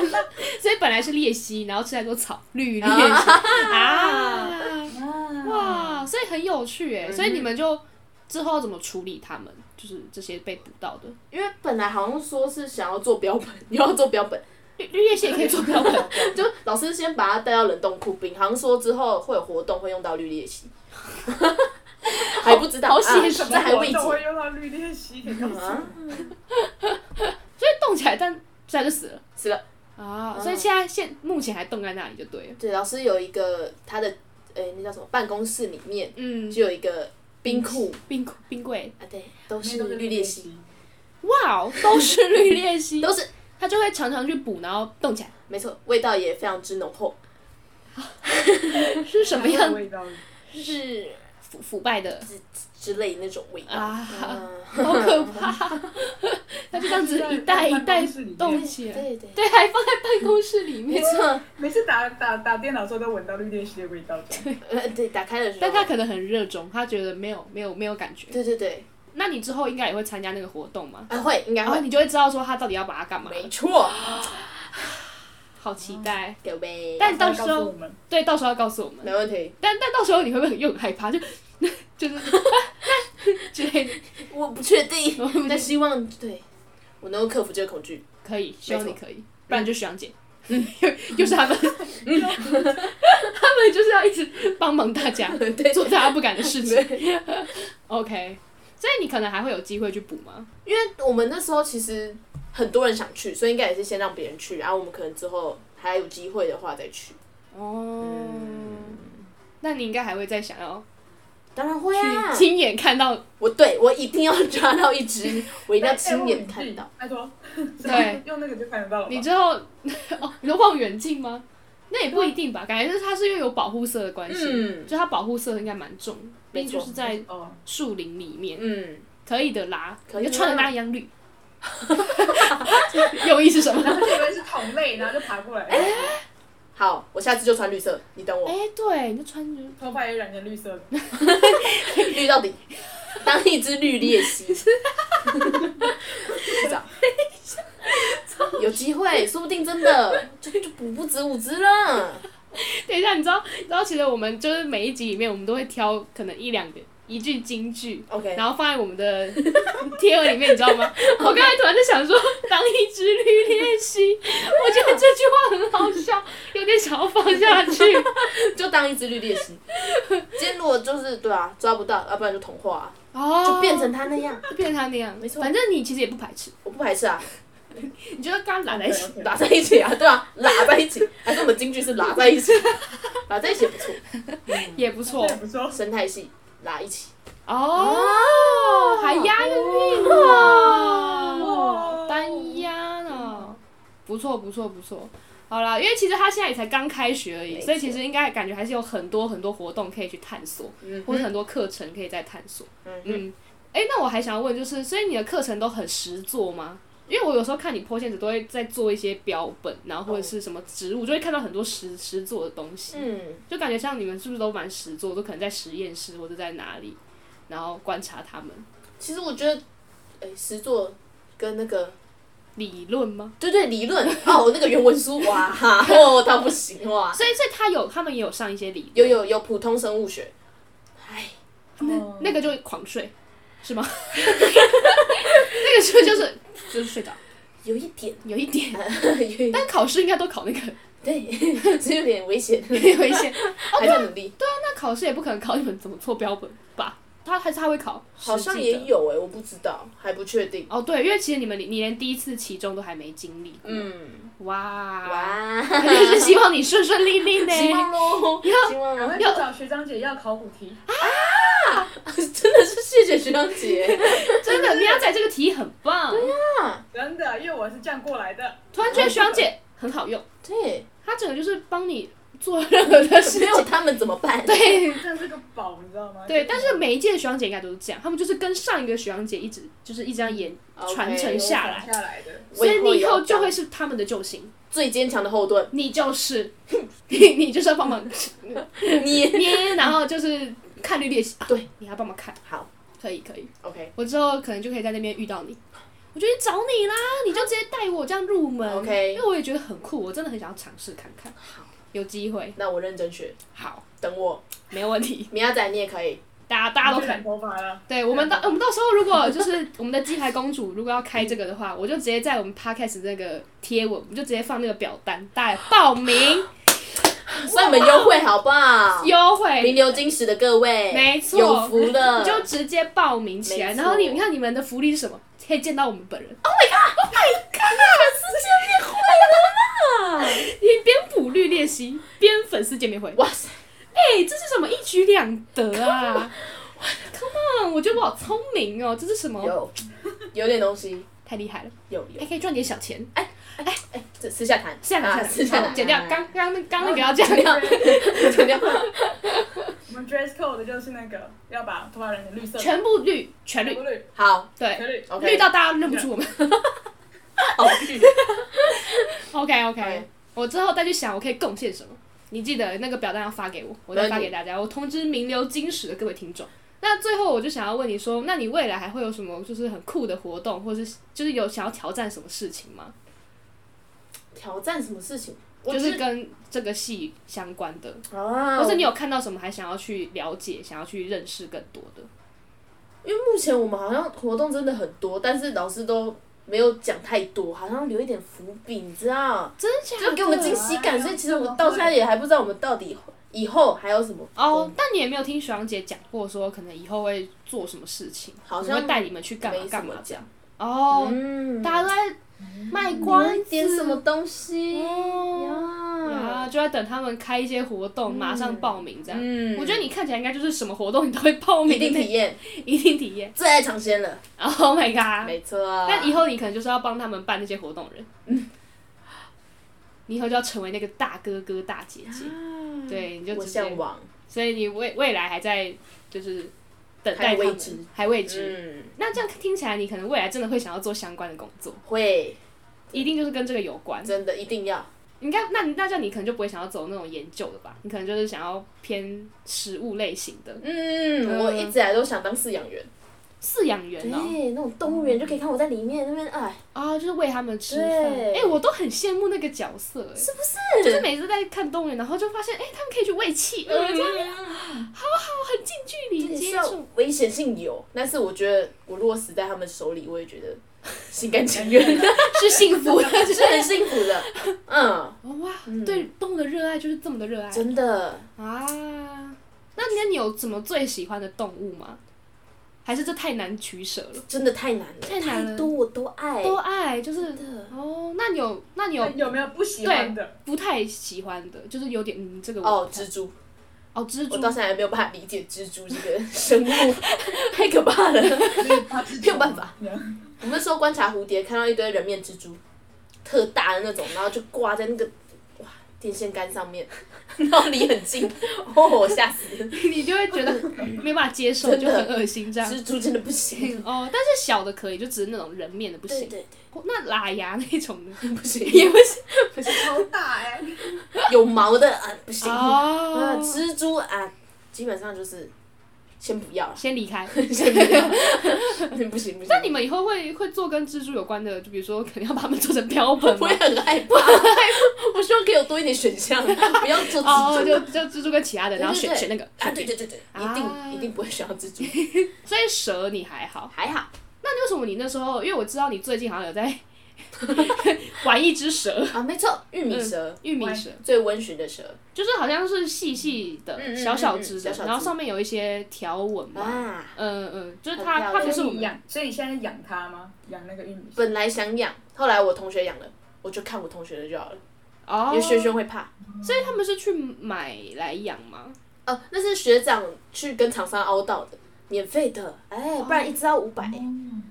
[SPEAKER 1] 所以本来是裂隙，然后吃太多草，绿裂隙啊，
[SPEAKER 3] (laughs)
[SPEAKER 1] 哇，所以很有趣
[SPEAKER 3] 嗯
[SPEAKER 1] 哎，所以你们就之后要怎么处理他们？就是这些被捕到的
[SPEAKER 3] (laughs) 因为本来好像说是想要做标本，又要做标本，
[SPEAKER 1] 绿绿叶蟹也可以做标本，
[SPEAKER 3] 就老师先把它带到冷冻库冰，好像说之后会有活动会用到绿鬣蜥， (laughs) 还不知道，
[SPEAKER 1] 好写实
[SPEAKER 3] 啊、这还未
[SPEAKER 5] 我
[SPEAKER 3] 知
[SPEAKER 5] 都会用到绿鬣蜥，可以干嘛？
[SPEAKER 3] 啊，
[SPEAKER 1] 所以动起来，但自然就死了
[SPEAKER 3] 是了。
[SPEAKER 1] 啊。所以现在现目前还冻在那里就对了。
[SPEAKER 3] 对，老师有一个他的，诶、那叫什么？办公室里面
[SPEAKER 1] 嗯，
[SPEAKER 3] 就有一个冰库
[SPEAKER 1] 冰库冰柜，
[SPEAKER 3] 啊，对，都
[SPEAKER 5] 那
[SPEAKER 3] 是
[SPEAKER 5] 都是
[SPEAKER 3] 绿鬣蜥，，
[SPEAKER 1] 哇哦，都是绿鬣 (laughs) 蜥，
[SPEAKER 3] 都是
[SPEAKER 1] 它就会常常去捕，然后动起来，
[SPEAKER 3] 没错，味道也非常之浓厚，
[SPEAKER 1] (laughs) 是什么
[SPEAKER 5] 还
[SPEAKER 1] 样
[SPEAKER 5] 有味道？
[SPEAKER 3] 就是
[SPEAKER 1] (laughs) 腐腐败的
[SPEAKER 3] 之类那种味道。
[SPEAKER 1] 啊，
[SPEAKER 3] 嗯 (laughs)
[SPEAKER 1] 好可怕！ (laughs) 它就这样子一袋一袋动起来，
[SPEAKER 3] 对对，
[SPEAKER 1] 对，还放在办公室里
[SPEAKER 3] 没
[SPEAKER 1] 面，
[SPEAKER 3] 错，
[SPEAKER 5] 每次打打打电脑的时候都闻到绿鬣蜥的味道，这样
[SPEAKER 3] 呃，对，打开的时
[SPEAKER 1] (laughs)
[SPEAKER 3] 候，
[SPEAKER 1] 但它可能很热衷，它觉得没有没有没有感觉。
[SPEAKER 3] 对对对，
[SPEAKER 1] 那你之后应该也会参加那个活动嘛？
[SPEAKER 3] 啊，会，应该
[SPEAKER 1] 然后
[SPEAKER 3] 会，
[SPEAKER 1] 你就会知道说它到底要把它干嘛。
[SPEAKER 3] 没错，
[SPEAKER 1] 好期待！
[SPEAKER 3] 各位，
[SPEAKER 1] 但到时
[SPEAKER 5] 告诉我
[SPEAKER 1] 候
[SPEAKER 5] 们
[SPEAKER 1] 哦对，到时候要告诉我们。
[SPEAKER 3] 没问题，
[SPEAKER 1] 但但到时候你会不会又很害怕？就 (laughs) 就是 (laughs) 之类的，
[SPEAKER 3] 我不确定，
[SPEAKER 1] 我们
[SPEAKER 3] 但希望对我能够克服这个恐 (laughs) 惧。
[SPEAKER 1] 可以，希望你可以，不然就徐阳姐，
[SPEAKER 3] 嗯
[SPEAKER 1] (laughs) 又又是他
[SPEAKER 3] (laughs)
[SPEAKER 1] 们，嗯 (laughs) 他们就是要一直帮忙大
[SPEAKER 3] (laughs)
[SPEAKER 1] 家
[SPEAKER 3] 对
[SPEAKER 1] 做大家不敢的事情。OK，所以你可能还会有机会去补吗？
[SPEAKER 3] 因为我们那时候其实很多人想去，所以应该也是先让别人去，然后我们可能之后还有机会的话再去。
[SPEAKER 1] 哦，那你应该还会再想要
[SPEAKER 3] 当然会啊
[SPEAKER 1] 去，亲眼看到，
[SPEAKER 3] 我对我一定要抓到一只，我一
[SPEAKER 5] 哎
[SPEAKER 3] 定要 (laughs) 亲眼看到。，
[SPEAKER 5] 哎哎我有记拜托，
[SPEAKER 1] 对，
[SPEAKER 5] (laughs) 用那个就看得到了吧。
[SPEAKER 1] 你之后 (laughs) 哦，你说望远镜吗？那也不一定吧，感觉就是它是因为有保护色的关系，
[SPEAKER 3] 嗯
[SPEAKER 1] 就它保护色应该蛮重，毕
[SPEAKER 3] 没
[SPEAKER 1] 竟
[SPEAKER 3] 错
[SPEAKER 1] 就是在
[SPEAKER 5] 哦，
[SPEAKER 1] 树林里面。
[SPEAKER 3] 嗯，
[SPEAKER 1] 可以的啊啦，
[SPEAKER 3] 可以
[SPEAKER 1] 就
[SPEAKER 3] 的
[SPEAKER 1] 穿的跟他一样绿。 (laughs) 用意是什么？
[SPEAKER 5] 然后就以为是同类，然后就爬过来，
[SPEAKER 3] 好，我下次就穿绿色，你等
[SPEAKER 1] 哎、
[SPEAKER 3] 我，
[SPEAKER 1] 对，你就穿着
[SPEAKER 5] 头发也染成绿色的。
[SPEAKER 3] 绿到底，当一只绿鬣 (laughs) 蜥。部长，有机会，说不定真的 (laughs) 就就不不止五只了。
[SPEAKER 1] 等一下，你知道，你知道，其实我们就是每一集里面，我们都会挑可能一两个一句金句。
[SPEAKER 3] OK，
[SPEAKER 1] 然后放在我们的贴文里面，你知道 (laughs) 吗？我刚才突然在想说，当一只绿鬣蜥，我觉得这句话很好笑，有点想要放下去。
[SPEAKER 3] 就当一只绿鬣蜥。今天如果就是对啊，抓不到，要不然就同化、
[SPEAKER 1] (laughs) 哦
[SPEAKER 3] 啊，就变成它那样。
[SPEAKER 1] 就变成他那样，
[SPEAKER 3] 没错
[SPEAKER 1] 反正你其实也不排斥，
[SPEAKER 3] 我不排斥啊，
[SPEAKER 1] 你觉得刚拉在一起，
[SPEAKER 5] 对
[SPEAKER 3] 拉在一起啊，对啊，拉在一起，还是我们京剧是拉在一起，拉在一起也不错，
[SPEAKER 1] 也不错
[SPEAKER 3] 嗯
[SPEAKER 5] 这也不错。
[SPEAKER 3] 生态系拉一起，
[SPEAKER 1] 哦，还押韵呢，
[SPEAKER 5] 哇
[SPEAKER 1] 哦单押呢，不错不错不错。好啦，因为其实他现在也才刚开学而已，
[SPEAKER 3] 没错
[SPEAKER 1] 所以其实应该感觉还是有很多很多活动可以去探索，
[SPEAKER 3] 嗯
[SPEAKER 1] 或者很多课程可以再探索。
[SPEAKER 3] 嗯哼
[SPEAKER 1] 嗯，哎、那我还想要问，就是所以你的课程都很实做吗？因为我有时候看你 po 现子都会在做一些标本，然后或者是什么植物，就会看到很多实实做的东西。
[SPEAKER 3] 嗯，
[SPEAKER 1] 就感觉像你们是不是都蛮实做，都可能在实验室或者在哪里，然后观察他们
[SPEAKER 3] 其实我觉得，哎，实作跟那个。
[SPEAKER 1] 理论吗？
[SPEAKER 3] 对对，理论哦，那个原文书哇哈，哦，到不行哇，
[SPEAKER 1] 所以，所以他有他们也有上一些理
[SPEAKER 3] 有有有普通生物学，哎，
[SPEAKER 5] 哦
[SPEAKER 1] 嗯那个就狂睡，是
[SPEAKER 3] (laughs)
[SPEAKER 1] 吗？那个时候就是就是睡着，
[SPEAKER 3] 有一点，
[SPEAKER 1] 有一点。
[SPEAKER 3] 有一点
[SPEAKER 1] 但考试应该都考那个
[SPEAKER 3] 对，是有点危险，
[SPEAKER 1] 有一些，
[SPEAKER 3] 还在努力，
[SPEAKER 1] 那考试也不可能考你们怎么做标本吧？他还是他会考，
[SPEAKER 3] 好像也。有哎，我不知道，还不确定，
[SPEAKER 1] 哦，对，因为其实你们你连第一次期中都还没经历过，
[SPEAKER 3] 嗯，
[SPEAKER 1] 哇，
[SPEAKER 3] 哇，
[SPEAKER 1] (laughs) 就是希望你顺顺利利
[SPEAKER 3] (laughs)
[SPEAKER 1] 呢。
[SPEAKER 3] 希望喽，希望
[SPEAKER 5] 赶
[SPEAKER 3] 喽
[SPEAKER 5] 快，去找学长姐要考古题，
[SPEAKER 3] (laughs) 真的是谢谢学长姐，
[SPEAKER 1] 真的，喵仔这个题很棒。
[SPEAKER 5] 真的，因为我是这样过来的。
[SPEAKER 1] 突然觉得学长姐很好用，
[SPEAKER 3] (laughs) 对，
[SPEAKER 1] 她整个就是帮你做任何的事
[SPEAKER 3] 没有
[SPEAKER 1] 情。
[SPEAKER 3] 他们怎么办？
[SPEAKER 1] 对
[SPEAKER 5] 这是个宝，你知道吗？
[SPEAKER 1] 对，但是每一届的学长姐应该都是这样，他们就是跟上一个学长姐一直就是一直这样演
[SPEAKER 3] OK，
[SPEAKER 1] 传
[SPEAKER 5] 我
[SPEAKER 1] 承
[SPEAKER 5] 想
[SPEAKER 1] 下来，
[SPEAKER 5] 下来的。
[SPEAKER 1] 所以
[SPEAKER 3] 我
[SPEAKER 1] 你以
[SPEAKER 3] 也要
[SPEAKER 1] 后就
[SPEAKER 3] 当
[SPEAKER 1] 会是他们的救星，
[SPEAKER 3] 最坚强的后盾，
[SPEAKER 1] 你就是 (laughs) 你你就是要帮忙
[SPEAKER 3] 你
[SPEAKER 1] 捏，然后就是看绿鬣蜥，
[SPEAKER 3] 对
[SPEAKER 1] 你要帮忙看，
[SPEAKER 3] 好
[SPEAKER 1] 可以可以，
[SPEAKER 3] ，OK，
[SPEAKER 1] 我之后可能就可以在那边遇到你，我就去找你啦，你就直接带我这样入门。
[SPEAKER 3] OK
[SPEAKER 1] 因为我也觉得很酷，我真的很想要尝试看看。有机会，
[SPEAKER 3] 那我认真学，
[SPEAKER 1] 好，
[SPEAKER 3] 等我
[SPEAKER 1] 没问题，
[SPEAKER 3] 明仔载你也可以。
[SPEAKER 1] 大家大家都可以
[SPEAKER 5] 染。头发了，
[SPEAKER 1] 对我们到我们到时候如果就是我们的鸡排公主如果要开这个的话，我就直接在我们 podcast 那个贴文，我们就直接放那个表单，大家报名
[SPEAKER 3] (laughs) 算你们优惠好不 (laughs) 好？
[SPEAKER 1] 优
[SPEAKER 3] 名
[SPEAKER 1] 惠，
[SPEAKER 3] 流金石的各位，
[SPEAKER 1] 没错
[SPEAKER 3] 有福了。 (laughs)
[SPEAKER 1] 你就直接报名起来。
[SPEAKER 3] 没错 Oh
[SPEAKER 1] 然后你你看你们的福利是什么？可以见到我们本人， (laughs) 你边补绿练习边粉丝见面会。
[SPEAKER 3] 哇塞，
[SPEAKER 1] 哎、这是什么一举两得啊？Come on，我觉得我好聪明哦，这是什么？
[SPEAKER 3] 有有点东西，
[SPEAKER 1] 太厉害了，
[SPEAKER 3] 有有
[SPEAKER 1] 还。可以赚点小钱。
[SPEAKER 3] 哎，这私下谈，
[SPEAKER 1] 下
[SPEAKER 3] 啊
[SPEAKER 1] 来
[SPEAKER 3] 私
[SPEAKER 1] 下哎
[SPEAKER 3] 下
[SPEAKER 1] 来，
[SPEAKER 3] 谈，
[SPEAKER 1] 剪掉，
[SPEAKER 3] (laughs)
[SPEAKER 1] 刚刚那刚那个要剪掉。
[SPEAKER 3] 剪掉。
[SPEAKER 5] 我们 dress code 就是那个要把头发染成绿色，
[SPEAKER 1] (laughs) 全部绿，全绿哎
[SPEAKER 5] 不，绿，
[SPEAKER 3] 好
[SPEAKER 1] 对，
[SPEAKER 5] 全
[SPEAKER 1] 哦
[SPEAKER 5] 绿。哎
[SPEAKER 3] ，OK， (laughs)
[SPEAKER 1] 绿到大家认不出我 (laughs) 们。
[SPEAKER 3] 好
[SPEAKER 1] (laughs)
[SPEAKER 3] 绿。
[SPEAKER 1] OK OK，
[SPEAKER 3] 哎
[SPEAKER 1] 我之后再去想我可以贡献什么。你记得那个表单要发给我，我再发给大家，我通知名流金石的各位听众。那最后我就想要问你说，那你未来还会有什么就是很酷的活动，或是就是有想要挑战什么事情吗？
[SPEAKER 3] 挑战什么事情？我
[SPEAKER 1] 就是哦
[SPEAKER 3] 觉
[SPEAKER 1] 跟这个戏相关的，
[SPEAKER 3] 得啊
[SPEAKER 1] 或是你有看到什么还想要去了解、想要去认识更多的？
[SPEAKER 3] 因为目前我们好像活动真的很多，但是老师都没有讲太多，好像留一点伏笔，你知道？
[SPEAKER 1] 真的假
[SPEAKER 3] 就给我们惊喜感，
[SPEAKER 5] 对
[SPEAKER 3] 所以其实我
[SPEAKER 1] 啊
[SPEAKER 3] 们到现在也还不知道我们到底以后还有什么
[SPEAKER 1] 哦，但你也没有听徐阳姐讲过说可能以后会做什么事情，
[SPEAKER 3] 好
[SPEAKER 1] 你
[SPEAKER 3] 像
[SPEAKER 1] 会带你们去干嘛
[SPEAKER 3] 没什
[SPEAKER 1] 干
[SPEAKER 3] 么
[SPEAKER 1] 嘛这
[SPEAKER 3] 讲
[SPEAKER 1] 样。哦，
[SPEAKER 3] 嗯，
[SPEAKER 1] 大家都在卖关
[SPEAKER 3] 关
[SPEAKER 1] 子，
[SPEAKER 3] 嗯点什么东西
[SPEAKER 1] 哦
[SPEAKER 3] 呀？
[SPEAKER 1] 呀，就在等他们开一些活动，马上报名这样。
[SPEAKER 3] 嗯
[SPEAKER 1] 我觉得你看起来应该就是什么活动你都会报名，
[SPEAKER 3] 一定体，验
[SPEAKER 1] (laughs) 一定体验。
[SPEAKER 3] 最爱尝鲜了，
[SPEAKER 1] Oh my god！
[SPEAKER 3] 没错。
[SPEAKER 1] 那以后你可能就是要帮他们办那些活动的人，
[SPEAKER 3] 嗯
[SPEAKER 1] 你以后就要成为那个大哥哥大姐姐，对，你就
[SPEAKER 3] 嗯我
[SPEAKER 1] 直接
[SPEAKER 3] 向往，
[SPEAKER 1] 所以你未未来还在就是等待
[SPEAKER 3] 还
[SPEAKER 1] 他
[SPEAKER 3] 未
[SPEAKER 1] 们
[SPEAKER 3] 知，
[SPEAKER 1] 还未知。
[SPEAKER 3] 嗯，
[SPEAKER 1] 那这样听起来，你可能未来真的会想要做相关的工作，
[SPEAKER 3] 会
[SPEAKER 1] 一定就是跟这个有关。
[SPEAKER 3] 真的一定要，
[SPEAKER 1] 应该，那你那这样你可能就不会想要走那种研究的吧？你可能就是想要偏食物类型的
[SPEAKER 3] 嗯，我一直以来都想当饲养员，
[SPEAKER 1] 饲养员哦，
[SPEAKER 3] 对，那种动物园就可以看我在里面那边，哎，
[SPEAKER 1] 啊，就是喂他们吃饭。哎、
[SPEAKER 3] 对
[SPEAKER 1] 我都很羡慕那个角色、哎，是不是？就是每次在看动物园，然后就发现，哎、他们可以去喂企鹅，
[SPEAKER 3] 嗯
[SPEAKER 1] 这样很近距离
[SPEAKER 3] 也是
[SPEAKER 1] 接
[SPEAKER 3] 要
[SPEAKER 1] 触。
[SPEAKER 3] 危险性有，但是我觉得我如果死在他们手里，我也觉得心甘情愿，
[SPEAKER 1] (laughs) 是幸福的，
[SPEAKER 3] (laughs) 是很幸福 (laughs) 的。嗯，
[SPEAKER 1] 哇，对动物的热爱就是这么的热爱
[SPEAKER 3] 真的，
[SPEAKER 1] 啊！那那你有什么最喜欢的动物吗？还是这太难取舍了？
[SPEAKER 3] 真的太难了，
[SPEAKER 1] 太难了
[SPEAKER 3] 多我都爱，
[SPEAKER 1] 多爱就是
[SPEAKER 3] 的
[SPEAKER 1] 哦，那你有那你有
[SPEAKER 5] 那有没有不喜欢的？
[SPEAKER 1] 不太喜欢的，就是有点嗯，这个我
[SPEAKER 3] 哦，
[SPEAKER 1] 不太
[SPEAKER 3] 蜘蛛，
[SPEAKER 1] 哦蜘
[SPEAKER 3] 我到
[SPEAKER 1] 蛛
[SPEAKER 3] 现在还没有办法理解蜘蛛这个生物， (laughs) 太可怕了，没有办法。我们那时候观察蝴蝶，看到一堆人面蜘蛛，特大的那种，然后就挂在那个哇电线杆上面，然后离很近，哦，吓死
[SPEAKER 1] (laughs)
[SPEAKER 3] 人！
[SPEAKER 1] 你就会觉
[SPEAKER 3] (laughs)
[SPEAKER 1] 得没办法接受，
[SPEAKER 3] 真
[SPEAKER 1] 就
[SPEAKER 3] 的
[SPEAKER 1] 很恶心这样。
[SPEAKER 3] 蜘蛛真的不行，
[SPEAKER 1] (laughs) 哦，但是小的可以，就只是那种人面的不
[SPEAKER 3] 对
[SPEAKER 1] 行。
[SPEAKER 3] 对
[SPEAKER 1] 哦那喇牙那种呢？
[SPEAKER 3] (laughs) 对，不行，也不行，
[SPEAKER 5] 超大哎，
[SPEAKER 3] 有毛的啊不行，啊
[SPEAKER 1] 哦，
[SPEAKER 3] 蜘蛛啊基本上就是先不要了，
[SPEAKER 1] 先离开。
[SPEAKER 3] 先不要， (laughs) 不行不行。
[SPEAKER 1] 那你们以后会会做跟蜘蛛有关的，就比如说可能要把它们做成标本吗
[SPEAKER 3] (laughs) 我也？很害怕， (laughs) 我希望可以有多一点选项，不要做蜘
[SPEAKER 1] 哦，
[SPEAKER 3] 蛛。
[SPEAKER 1] 就就蜘蛛跟其他的，然后
[SPEAKER 3] 对对
[SPEAKER 1] 选
[SPEAKER 3] 对
[SPEAKER 1] 选那个。
[SPEAKER 3] 啊，对对对对，一
[SPEAKER 1] 啊
[SPEAKER 3] 定一定不会选到蜘蛛，
[SPEAKER 1] 所以蛇你还好，
[SPEAKER 3] 还好
[SPEAKER 1] 那为什么你那时候？因为我知道你最近好像有
[SPEAKER 3] (laughs)
[SPEAKER 1] 在玩一只蛇，
[SPEAKER 3] 啊，没错，玉米蛇
[SPEAKER 1] 玉米蛇。
[SPEAKER 3] 最温驯的蛇
[SPEAKER 1] 就是好像是细细的、
[SPEAKER 3] 嗯嗯嗯
[SPEAKER 1] 小小只的，
[SPEAKER 3] 嗯小小只
[SPEAKER 1] 然后上面有一些条纹嘛。
[SPEAKER 3] 啊，
[SPEAKER 1] 嗯嗯，就是
[SPEAKER 3] 很
[SPEAKER 1] 它，
[SPEAKER 3] 漂亮
[SPEAKER 1] 它不是我
[SPEAKER 5] 所以你
[SPEAKER 1] 们
[SPEAKER 5] 养，所以你现在养它吗？养那个玉
[SPEAKER 1] (laughs)
[SPEAKER 5] 米？
[SPEAKER 3] 本来想养，后来我同学养了，我就看我同学的就好了，
[SPEAKER 1] 哦
[SPEAKER 3] 因为，轩轩会怕。
[SPEAKER 1] 所以他们是去买来养吗？
[SPEAKER 3] 哦，那是学长去跟厂商凹到的，免费的，哎，不然一只要五百，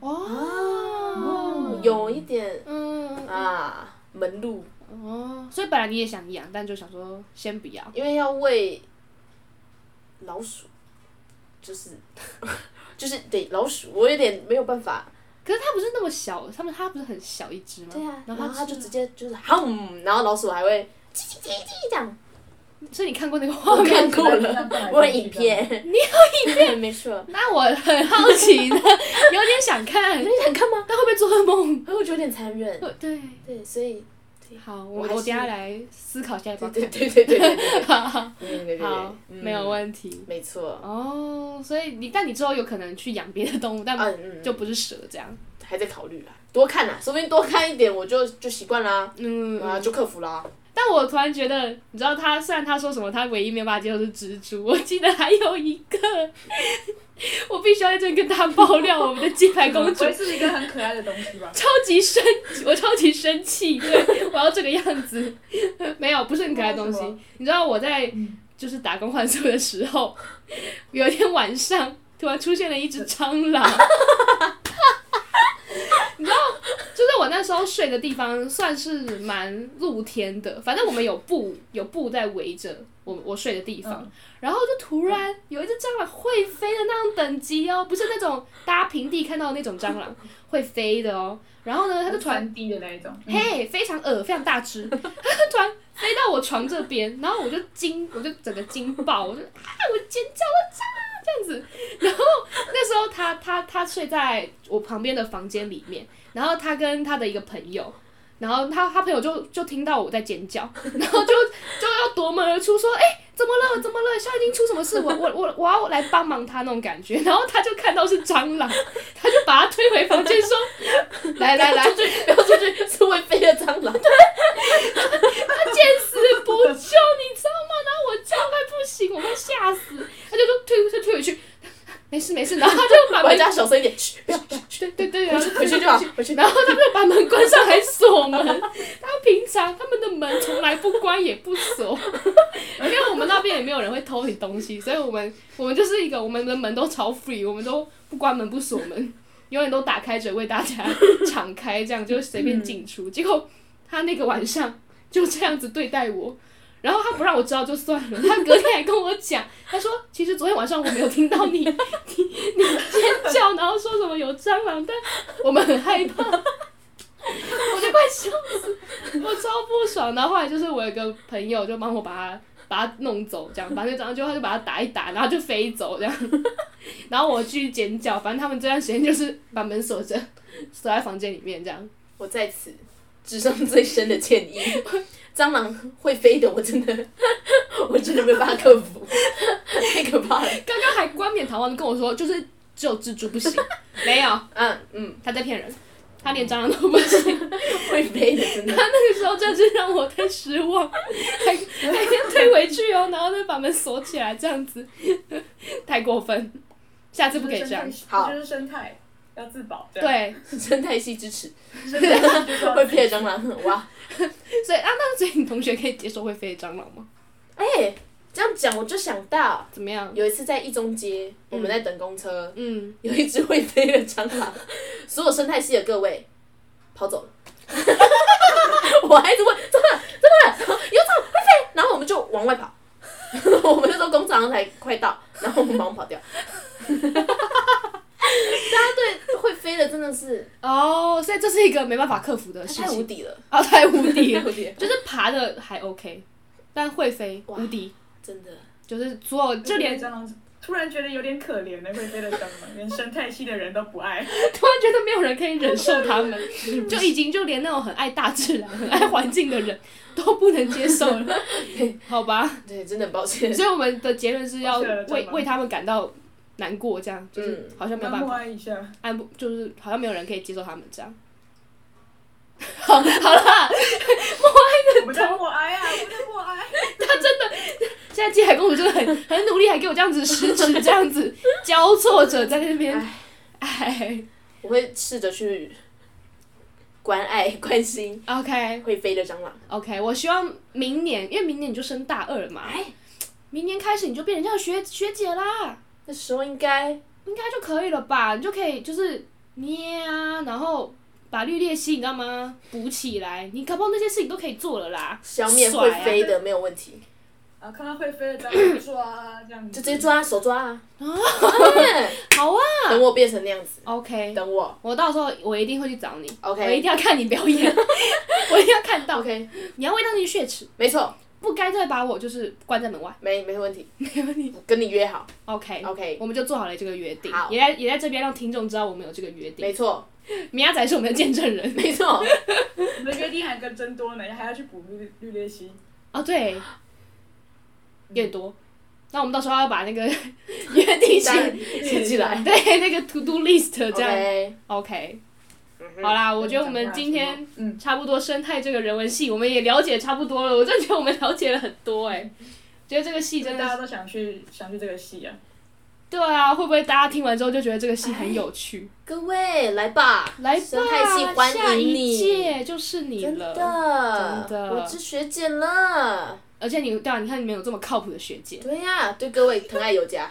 [SPEAKER 1] 哦，
[SPEAKER 3] 有一点
[SPEAKER 1] 嗯
[SPEAKER 3] 啊门路，
[SPEAKER 1] 哦，所以本来你也想养，但就想说先不要。
[SPEAKER 3] 因为要喂老鼠，就是 (laughs) 就是对老鼠，我有点没有办法。
[SPEAKER 1] 可是它不是那么小，他们它不是很小一只吗？
[SPEAKER 3] 对啊，
[SPEAKER 1] 然
[SPEAKER 3] 然
[SPEAKER 1] 后
[SPEAKER 3] 后
[SPEAKER 1] 它
[SPEAKER 3] 它
[SPEAKER 1] 吃
[SPEAKER 3] 就直接就是轰，然后老鼠还会叽叽叽叽这样，
[SPEAKER 1] 所以你看过那个画
[SPEAKER 3] 我
[SPEAKER 1] 面？
[SPEAKER 3] 看过了，我有影片， (laughs) 你有影片，没错。
[SPEAKER 1] 那我很好 (laughs) 奇的，有点想看，
[SPEAKER 3] 你想看吗？
[SPEAKER 1] 但会不会做噩梦？
[SPEAKER 3] 哎可是我觉得有点残忍。
[SPEAKER 1] 对，
[SPEAKER 3] 对，所以
[SPEAKER 1] 好，
[SPEAKER 3] 我
[SPEAKER 1] 我我
[SPEAKER 3] 还是
[SPEAKER 1] 等下来思考一下要不
[SPEAKER 3] 对
[SPEAKER 1] 要
[SPEAKER 3] 对
[SPEAKER 1] 看。
[SPEAKER 3] 对对对 (laughs) 对对
[SPEAKER 1] 好，
[SPEAKER 3] 嗯对
[SPEAKER 1] (laughs)
[SPEAKER 3] 对对
[SPEAKER 1] 好，，没有问题。
[SPEAKER 3] 没错。
[SPEAKER 1] 哦，所以你但你之后有可能去养别的动物，但
[SPEAKER 3] 嗯嗯，
[SPEAKER 1] 就
[SPEAKER 3] 就
[SPEAKER 1] 不是蛇这样。
[SPEAKER 3] 还在考虑啦，多看啦，说不定多看一点我就就习惯啦，
[SPEAKER 1] 嗯，
[SPEAKER 3] 啊，就克服啦。 (laughs)
[SPEAKER 1] 但我突然觉得，你知道他虽然他说什么，他唯一没有办法接受是蜘蛛， (laughs) 我记得还有一个， (laughs) 我必须要在这里跟大家爆料，我们的鸡排公主？
[SPEAKER 5] 也是一个很可爱的东西吧
[SPEAKER 1] 超级生，我超级生气，对 (laughs) 我要这个样子， (laughs) 没有，不是很可爱的东西
[SPEAKER 5] 为什么。
[SPEAKER 1] 你知道我在就是打工换宿的时候， (laughs) 有一天晚上突然出现了一只蟑螂，你知道，就是我那时候睡的地方算是蛮露天的，反正我们有布有布在围着我我睡的地方，然后就突然有一只蟑螂会飞的那种等级哦，不是那种大家平地看到的那种蟑螂，会飞的哦。然后呢，它就突然，
[SPEAKER 5] 传递的那一种，
[SPEAKER 1] 嘿，非常恶，非常大只， (laughs) 它就突然飞到我床这边，然后我就惊，我就整个惊爆，我就啊，我尖叫，我蟑螂这样子。然后那时候他他他睡在我旁边的房间里面，然后他跟他的一个朋友。然后他他朋友就就听到我在尖叫，然后就就要夺门而出说，哎、怎么了？怎么了？肖一丁出什么事？我我我我要来帮忙他那种感觉。然后他就看到是蟑螂，他就把他推回房间说， (laughs) 来来来，
[SPEAKER 3] 出去，不要出去，是会飞的蟑螂。
[SPEAKER 1] 见死不救，你知道吗？然后我叫快不行，我快吓死，他就说退回去，退回去，没事没事，然后他就把
[SPEAKER 3] 玩
[SPEAKER 1] 门
[SPEAKER 3] 家小声一点，嘘，不要，不要
[SPEAKER 1] 对对对，然后就
[SPEAKER 3] 啊回去就好，回去。
[SPEAKER 1] 然后他们就把门关上，还锁门。 (laughs) 他平常他们的门从来不关也不锁， (laughs) 因为我们那边也没有人会偷你东西，所以我们我们就是一个我们的门都超 free，我们都不关门不锁门，永远都打开着为大家敞开，这样就随便进出。结果他那个晚上就这样子对待我。然后他不让我知道就算了，他隔天还跟我讲，他说其实昨天晚上我没有听到你 (laughs) 你你尖叫，然后说什么有蟑螂，但 (laughs) 我们很害怕，我就快笑死，我超不爽。然后后来就是我有一个朋友就帮我把它把它弄走，这样，反正早上就他就把它打一打，然后就飞走这样。 (laughs) 然后我去尖叫，反正他们这段时间就是把门锁着，锁在房间里面这样。
[SPEAKER 3] 我在此致上最深的歉意。 (laughs) 蟑螂会飞的，我真的， (laughs) 我真的没有办法克 (laughs) 服，太可怕了。
[SPEAKER 1] 刚刚还冠冕堂皇的跟我说，就是只有蜘蛛不行，没有，
[SPEAKER 3] 嗯嗯，
[SPEAKER 1] 他在骗人，他连蟑螂都不行。
[SPEAKER 3] 会飞的真的
[SPEAKER 1] 他那个时候真是让我太失望， (laughs) 还还先推回去哦，然后再把门锁起来，这样子太过分，下次不可以这样。
[SPEAKER 3] 好
[SPEAKER 5] 就是生态，要自保。这样，
[SPEAKER 1] 对，
[SPEAKER 3] 生态系支持，
[SPEAKER 5] 生态就是要
[SPEAKER 3] 会飞的蟑螂，哇！
[SPEAKER 1] 所以啊，那所以你同学可以接受会飞的蟑螂吗？
[SPEAKER 3] 哎、这样讲我就想到，
[SPEAKER 1] 怎么样？
[SPEAKER 3] 有一次在一中街，我们在等公车， (laughs)
[SPEAKER 1] 嗯，
[SPEAKER 3] 有一只会飞的蟑螂， (laughs) 所有生态系的各位跑走了。 (laughs) 我还一直问真的真的有蟑螂会飞，然后我们就往外跑， (laughs) 我们那时候工厂才快到，然后我们忙跑掉。 (laughs) 大家对会飞的真的是
[SPEAKER 1] 哦，所以这是一个没办法克服的事
[SPEAKER 3] 太无
[SPEAKER 1] 情，
[SPEAKER 3] 敌了，
[SPEAKER 1] 啊，太无敌了，
[SPEAKER 3] 无敌了，
[SPEAKER 1] 就是爬的还 OK，但会飞
[SPEAKER 3] 哇
[SPEAKER 1] 无敌，
[SPEAKER 3] (laughs) 真的。
[SPEAKER 1] 就是所有就连
[SPEAKER 5] 蟑螂，突然觉得有点可怜的会飞的蟑螂，连生态系的人都不爱。
[SPEAKER 1] 突然觉得没有人可以忍受他们，就已经就连那种很爱大自然、很爱环境的人都不能接受了，好吧？
[SPEAKER 3] 对，真的很抱歉。
[SPEAKER 1] 所以我们的结论是要
[SPEAKER 5] 我觉得这
[SPEAKER 1] 为
[SPEAKER 5] 蛮
[SPEAKER 1] 为他们感到难过，这样就是
[SPEAKER 3] 嗯
[SPEAKER 1] 好像没有办
[SPEAKER 5] 默
[SPEAKER 1] 法，
[SPEAKER 5] 哀一下，
[SPEAKER 1] 安不就是好像没有人可以接受他们这样。 (laughs) 好，好啦，
[SPEAKER 5] 我们在默哀啊，我们在默哀。
[SPEAKER 1] 现在金海公主真的很 (laughs) 很努力，还给我这样子食指这样子交错着在那边，哎
[SPEAKER 3] 我会试着去关爱、关心
[SPEAKER 1] ，OK
[SPEAKER 3] 会飞的蟑螂。
[SPEAKER 1] OK，我希望明年，因为明年你就升大二了嘛，
[SPEAKER 3] 哎，
[SPEAKER 1] 明年开始你就变成这样学学姐啦。
[SPEAKER 3] 那时候应该
[SPEAKER 1] 应该就可以了吧？你就可以就是捏啊，然后把绿鬣蜥你知道吗补起来，你搞不好那些事情都可以做了啦。啊
[SPEAKER 3] 消灭会飞的没有问题，
[SPEAKER 5] 啊，看到会飞的蟑螂抓啊这样
[SPEAKER 1] 嗯
[SPEAKER 5] 子，
[SPEAKER 3] 就直接抓手抓啊！哎
[SPEAKER 1] 好啊
[SPEAKER 3] 等我变成那样子，
[SPEAKER 1] ，OK，
[SPEAKER 3] 等我
[SPEAKER 1] 我到时候我一定会去找你
[SPEAKER 3] OK
[SPEAKER 1] (laughs) 我一定要看你表演，我一定要看到
[SPEAKER 3] OK，
[SPEAKER 1] 你要为当你血耻，
[SPEAKER 3] 没错，
[SPEAKER 1] 不该再把我就是关在门外，
[SPEAKER 3] 没没问题，
[SPEAKER 1] 没问题。哎
[SPEAKER 3] 跟你约好
[SPEAKER 1] OK，
[SPEAKER 3] ，OK，
[SPEAKER 1] 我们就做好了这个约定，
[SPEAKER 3] 好
[SPEAKER 1] 也在也在这边让听众知道我们有这个约定。
[SPEAKER 3] 没错，
[SPEAKER 1] 米亚仔是我们的见证
[SPEAKER 3] (laughs)
[SPEAKER 1] 人。
[SPEAKER 3] 没错，
[SPEAKER 5] 我们的约定还更真多呢，还要去补绿绿鬣蜥。
[SPEAKER 1] 哦，对，
[SPEAKER 3] 嗯
[SPEAKER 1] 有点多。那我们到时候要把那个
[SPEAKER 3] 约
[SPEAKER 1] (laughs)
[SPEAKER 3] 定
[SPEAKER 1] 写
[SPEAKER 3] 写起来。
[SPEAKER 1] (laughs) 对那个 to do list 这样
[SPEAKER 3] OK，
[SPEAKER 1] OK。
[SPEAKER 3] 嗯哼
[SPEAKER 1] 好啦，我觉得我们今天
[SPEAKER 5] 嗯，
[SPEAKER 1] 差不多生态这个人文系我们也了解差不多了，我真的觉得我们了解了很多哎、
[SPEAKER 3] (laughs)
[SPEAKER 1] 觉得这个系
[SPEAKER 5] 大
[SPEAKER 1] 真的
[SPEAKER 5] 家
[SPEAKER 3] 啊
[SPEAKER 1] 是
[SPEAKER 5] 都想去想去这个戏啊。
[SPEAKER 1] 对啊，会不会大家听完之后就觉得这个系很有趣？
[SPEAKER 3] 各位来吧，
[SPEAKER 1] 来吧，
[SPEAKER 3] 生态系欢
[SPEAKER 1] 下
[SPEAKER 3] 迎
[SPEAKER 1] 一
[SPEAKER 3] 你，
[SPEAKER 1] 届就是你
[SPEAKER 3] 真的，
[SPEAKER 1] 了。真的
[SPEAKER 3] 我是学姐了。
[SPEAKER 1] 而且你对啊，你看你们有这么靠谱的学姐，
[SPEAKER 3] 对呀、对各位疼爱有加，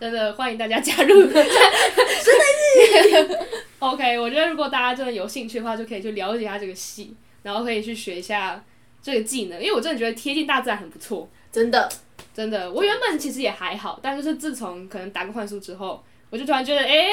[SPEAKER 1] 真的欢迎大家加入。 (laughs) 真的是。OK，我觉得如果大家真的有兴趣的话，就可以去了解一下这个系，然后可以去学一下这个技能，因为我真的觉得贴近大自然很不错。
[SPEAKER 3] 真的，
[SPEAKER 1] 真的，我原本其实也还好，但就是自从可能打工换宿之后，我就突然觉得，哎、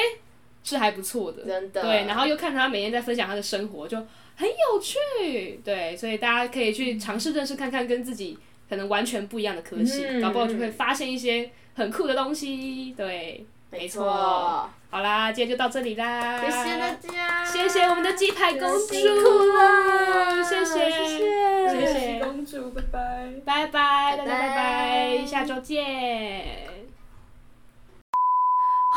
[SPEAKER 1] 是还不错的。
[SPEAKER 3] 真的。
[SPEAKER 1] 对，然后又看他每天在分享他的生活，就很有趣。对，所以大家可以去尝试认识看看，跟自己可能完全不一样的科系，
[SPEAKER 3] 嗯
[SPEAKER 1] 搞不好就会发现一些很酷的东西。对，
[SPEAKER 3] 没
[SPEAKER 1] 错
[SPEAKER 3] 错，
[SPEAKER 1] 好啦，今天就到这里啦，
[SPEAKER 3] 谢谢大家，
[SPEAKER 1] 谢谢我们的鸡排公主，
[SPEAKER 3] 辛苦了，
[SPEAKER 1] 谢
[SPEAKER 3] 谢谢
[SPEAKER 1] 谢
[SPEAKER 5] 绿鬣
[SPEAKER 1] 谢
[SPEAKER 5] 蜥公主，拜拜。
[SPEAKER 1] 拜拜，大家
[SPEAKER 3] 拜拜
[SPEAKER 1] 拜拜，下周见。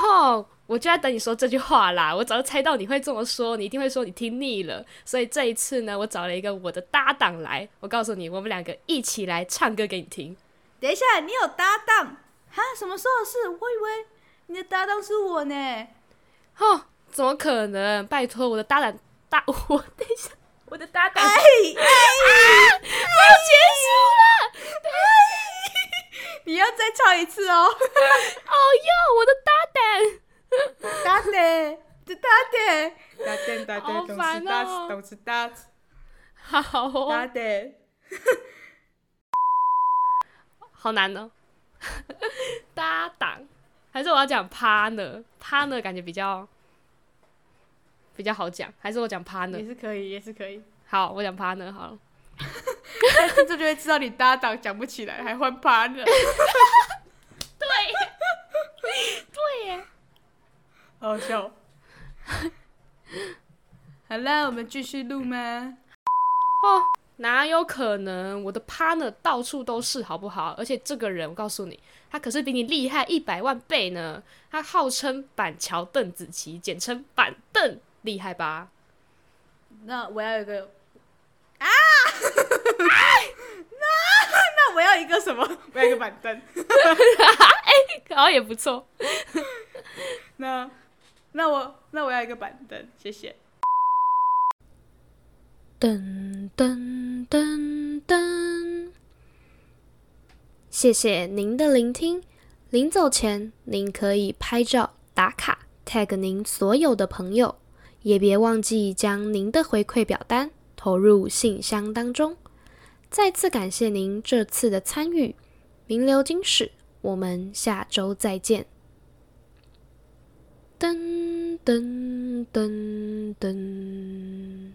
[SPEAKER 1] 吼、我就在等你说这句话啦，我早就猜到你会这么说，你一定会说你听腻了，所以这一次呢，我找了一个我的搭档来，我告诉你，我们两个一起来唱歌给你听。
[SPEAKER 2] 等一下，你有搭档？哈，什么时候的事？我以为你的搭档是我呢。
[SPEAKER 1] 吼、哦怎么可能？拜托，我的搭档搭 (laughs) 我等一下，我的啊搭档。
[SPEAKER 2] 结束了，你要再唱一次哦。
[SPEAKER 1] 哦哟，我的搭档。
[SPEAKER 2] 打得，这打得，
[SPEAKER 5] 打电打
[SPEAKER 1] 好
[SPEAKER 5] 电，懂
[SPEAKER 1] 烦
[SPEAKER 5] 事打
[SPEAKER 1] 哦
[SPEAKER 5] 懂事打
[SPEAKER 1] (laughs) 好
[SPEAKER 5] 打
[SPEAKER 1] 哦，
[SPEAKER 5] 得。
[SPEAKER 1] 好难哦。 (laughs) 搭档，还是我要讲 partner？partner 感觉比较比较好讲，还是我讲 partner？
[SPEAKER 2] 是可以，也是可以。
[SPEAKER 1] 好，我讲 partner 好了。
[SPEAKER 2] 这就会知道你搭档讲不起来，还换 (laughs) partner。
[SPEAKER 1] 对耶，
[SPEAKER 5] 好笑。
[SPEAKER 2] 好了，我们继续录吗？
[SPEAKER 1] 哦，哪有可能？我的 partner 到处都是，好不好？而且这个人，我告诉你，他可是比你厉害一百万倍呢。他号称板桥邓紫棋，简称板凳，厉害吧？ (laughs)
[SPEAKER 2] 那我要有个啊， (laughs) 那那我要一个什么？
[SPEAKER 5] 我有一个板凳，
[SPEAKER 1] 然哦后也不错。
[SPEAKER 5] 那
[SPEAKER 2] 那我那我要一个板凳，谢谢。
[SPEAKER 6] 噔噔噔噔。谢谢您的聆听。临走前，您可以拍照打卡，tag 您所有的朋友，也别忘记将您的回馈表单投入信箱当中。再次感谢您这次的参与，名流金史，我们下周再见。噔噔噔噔。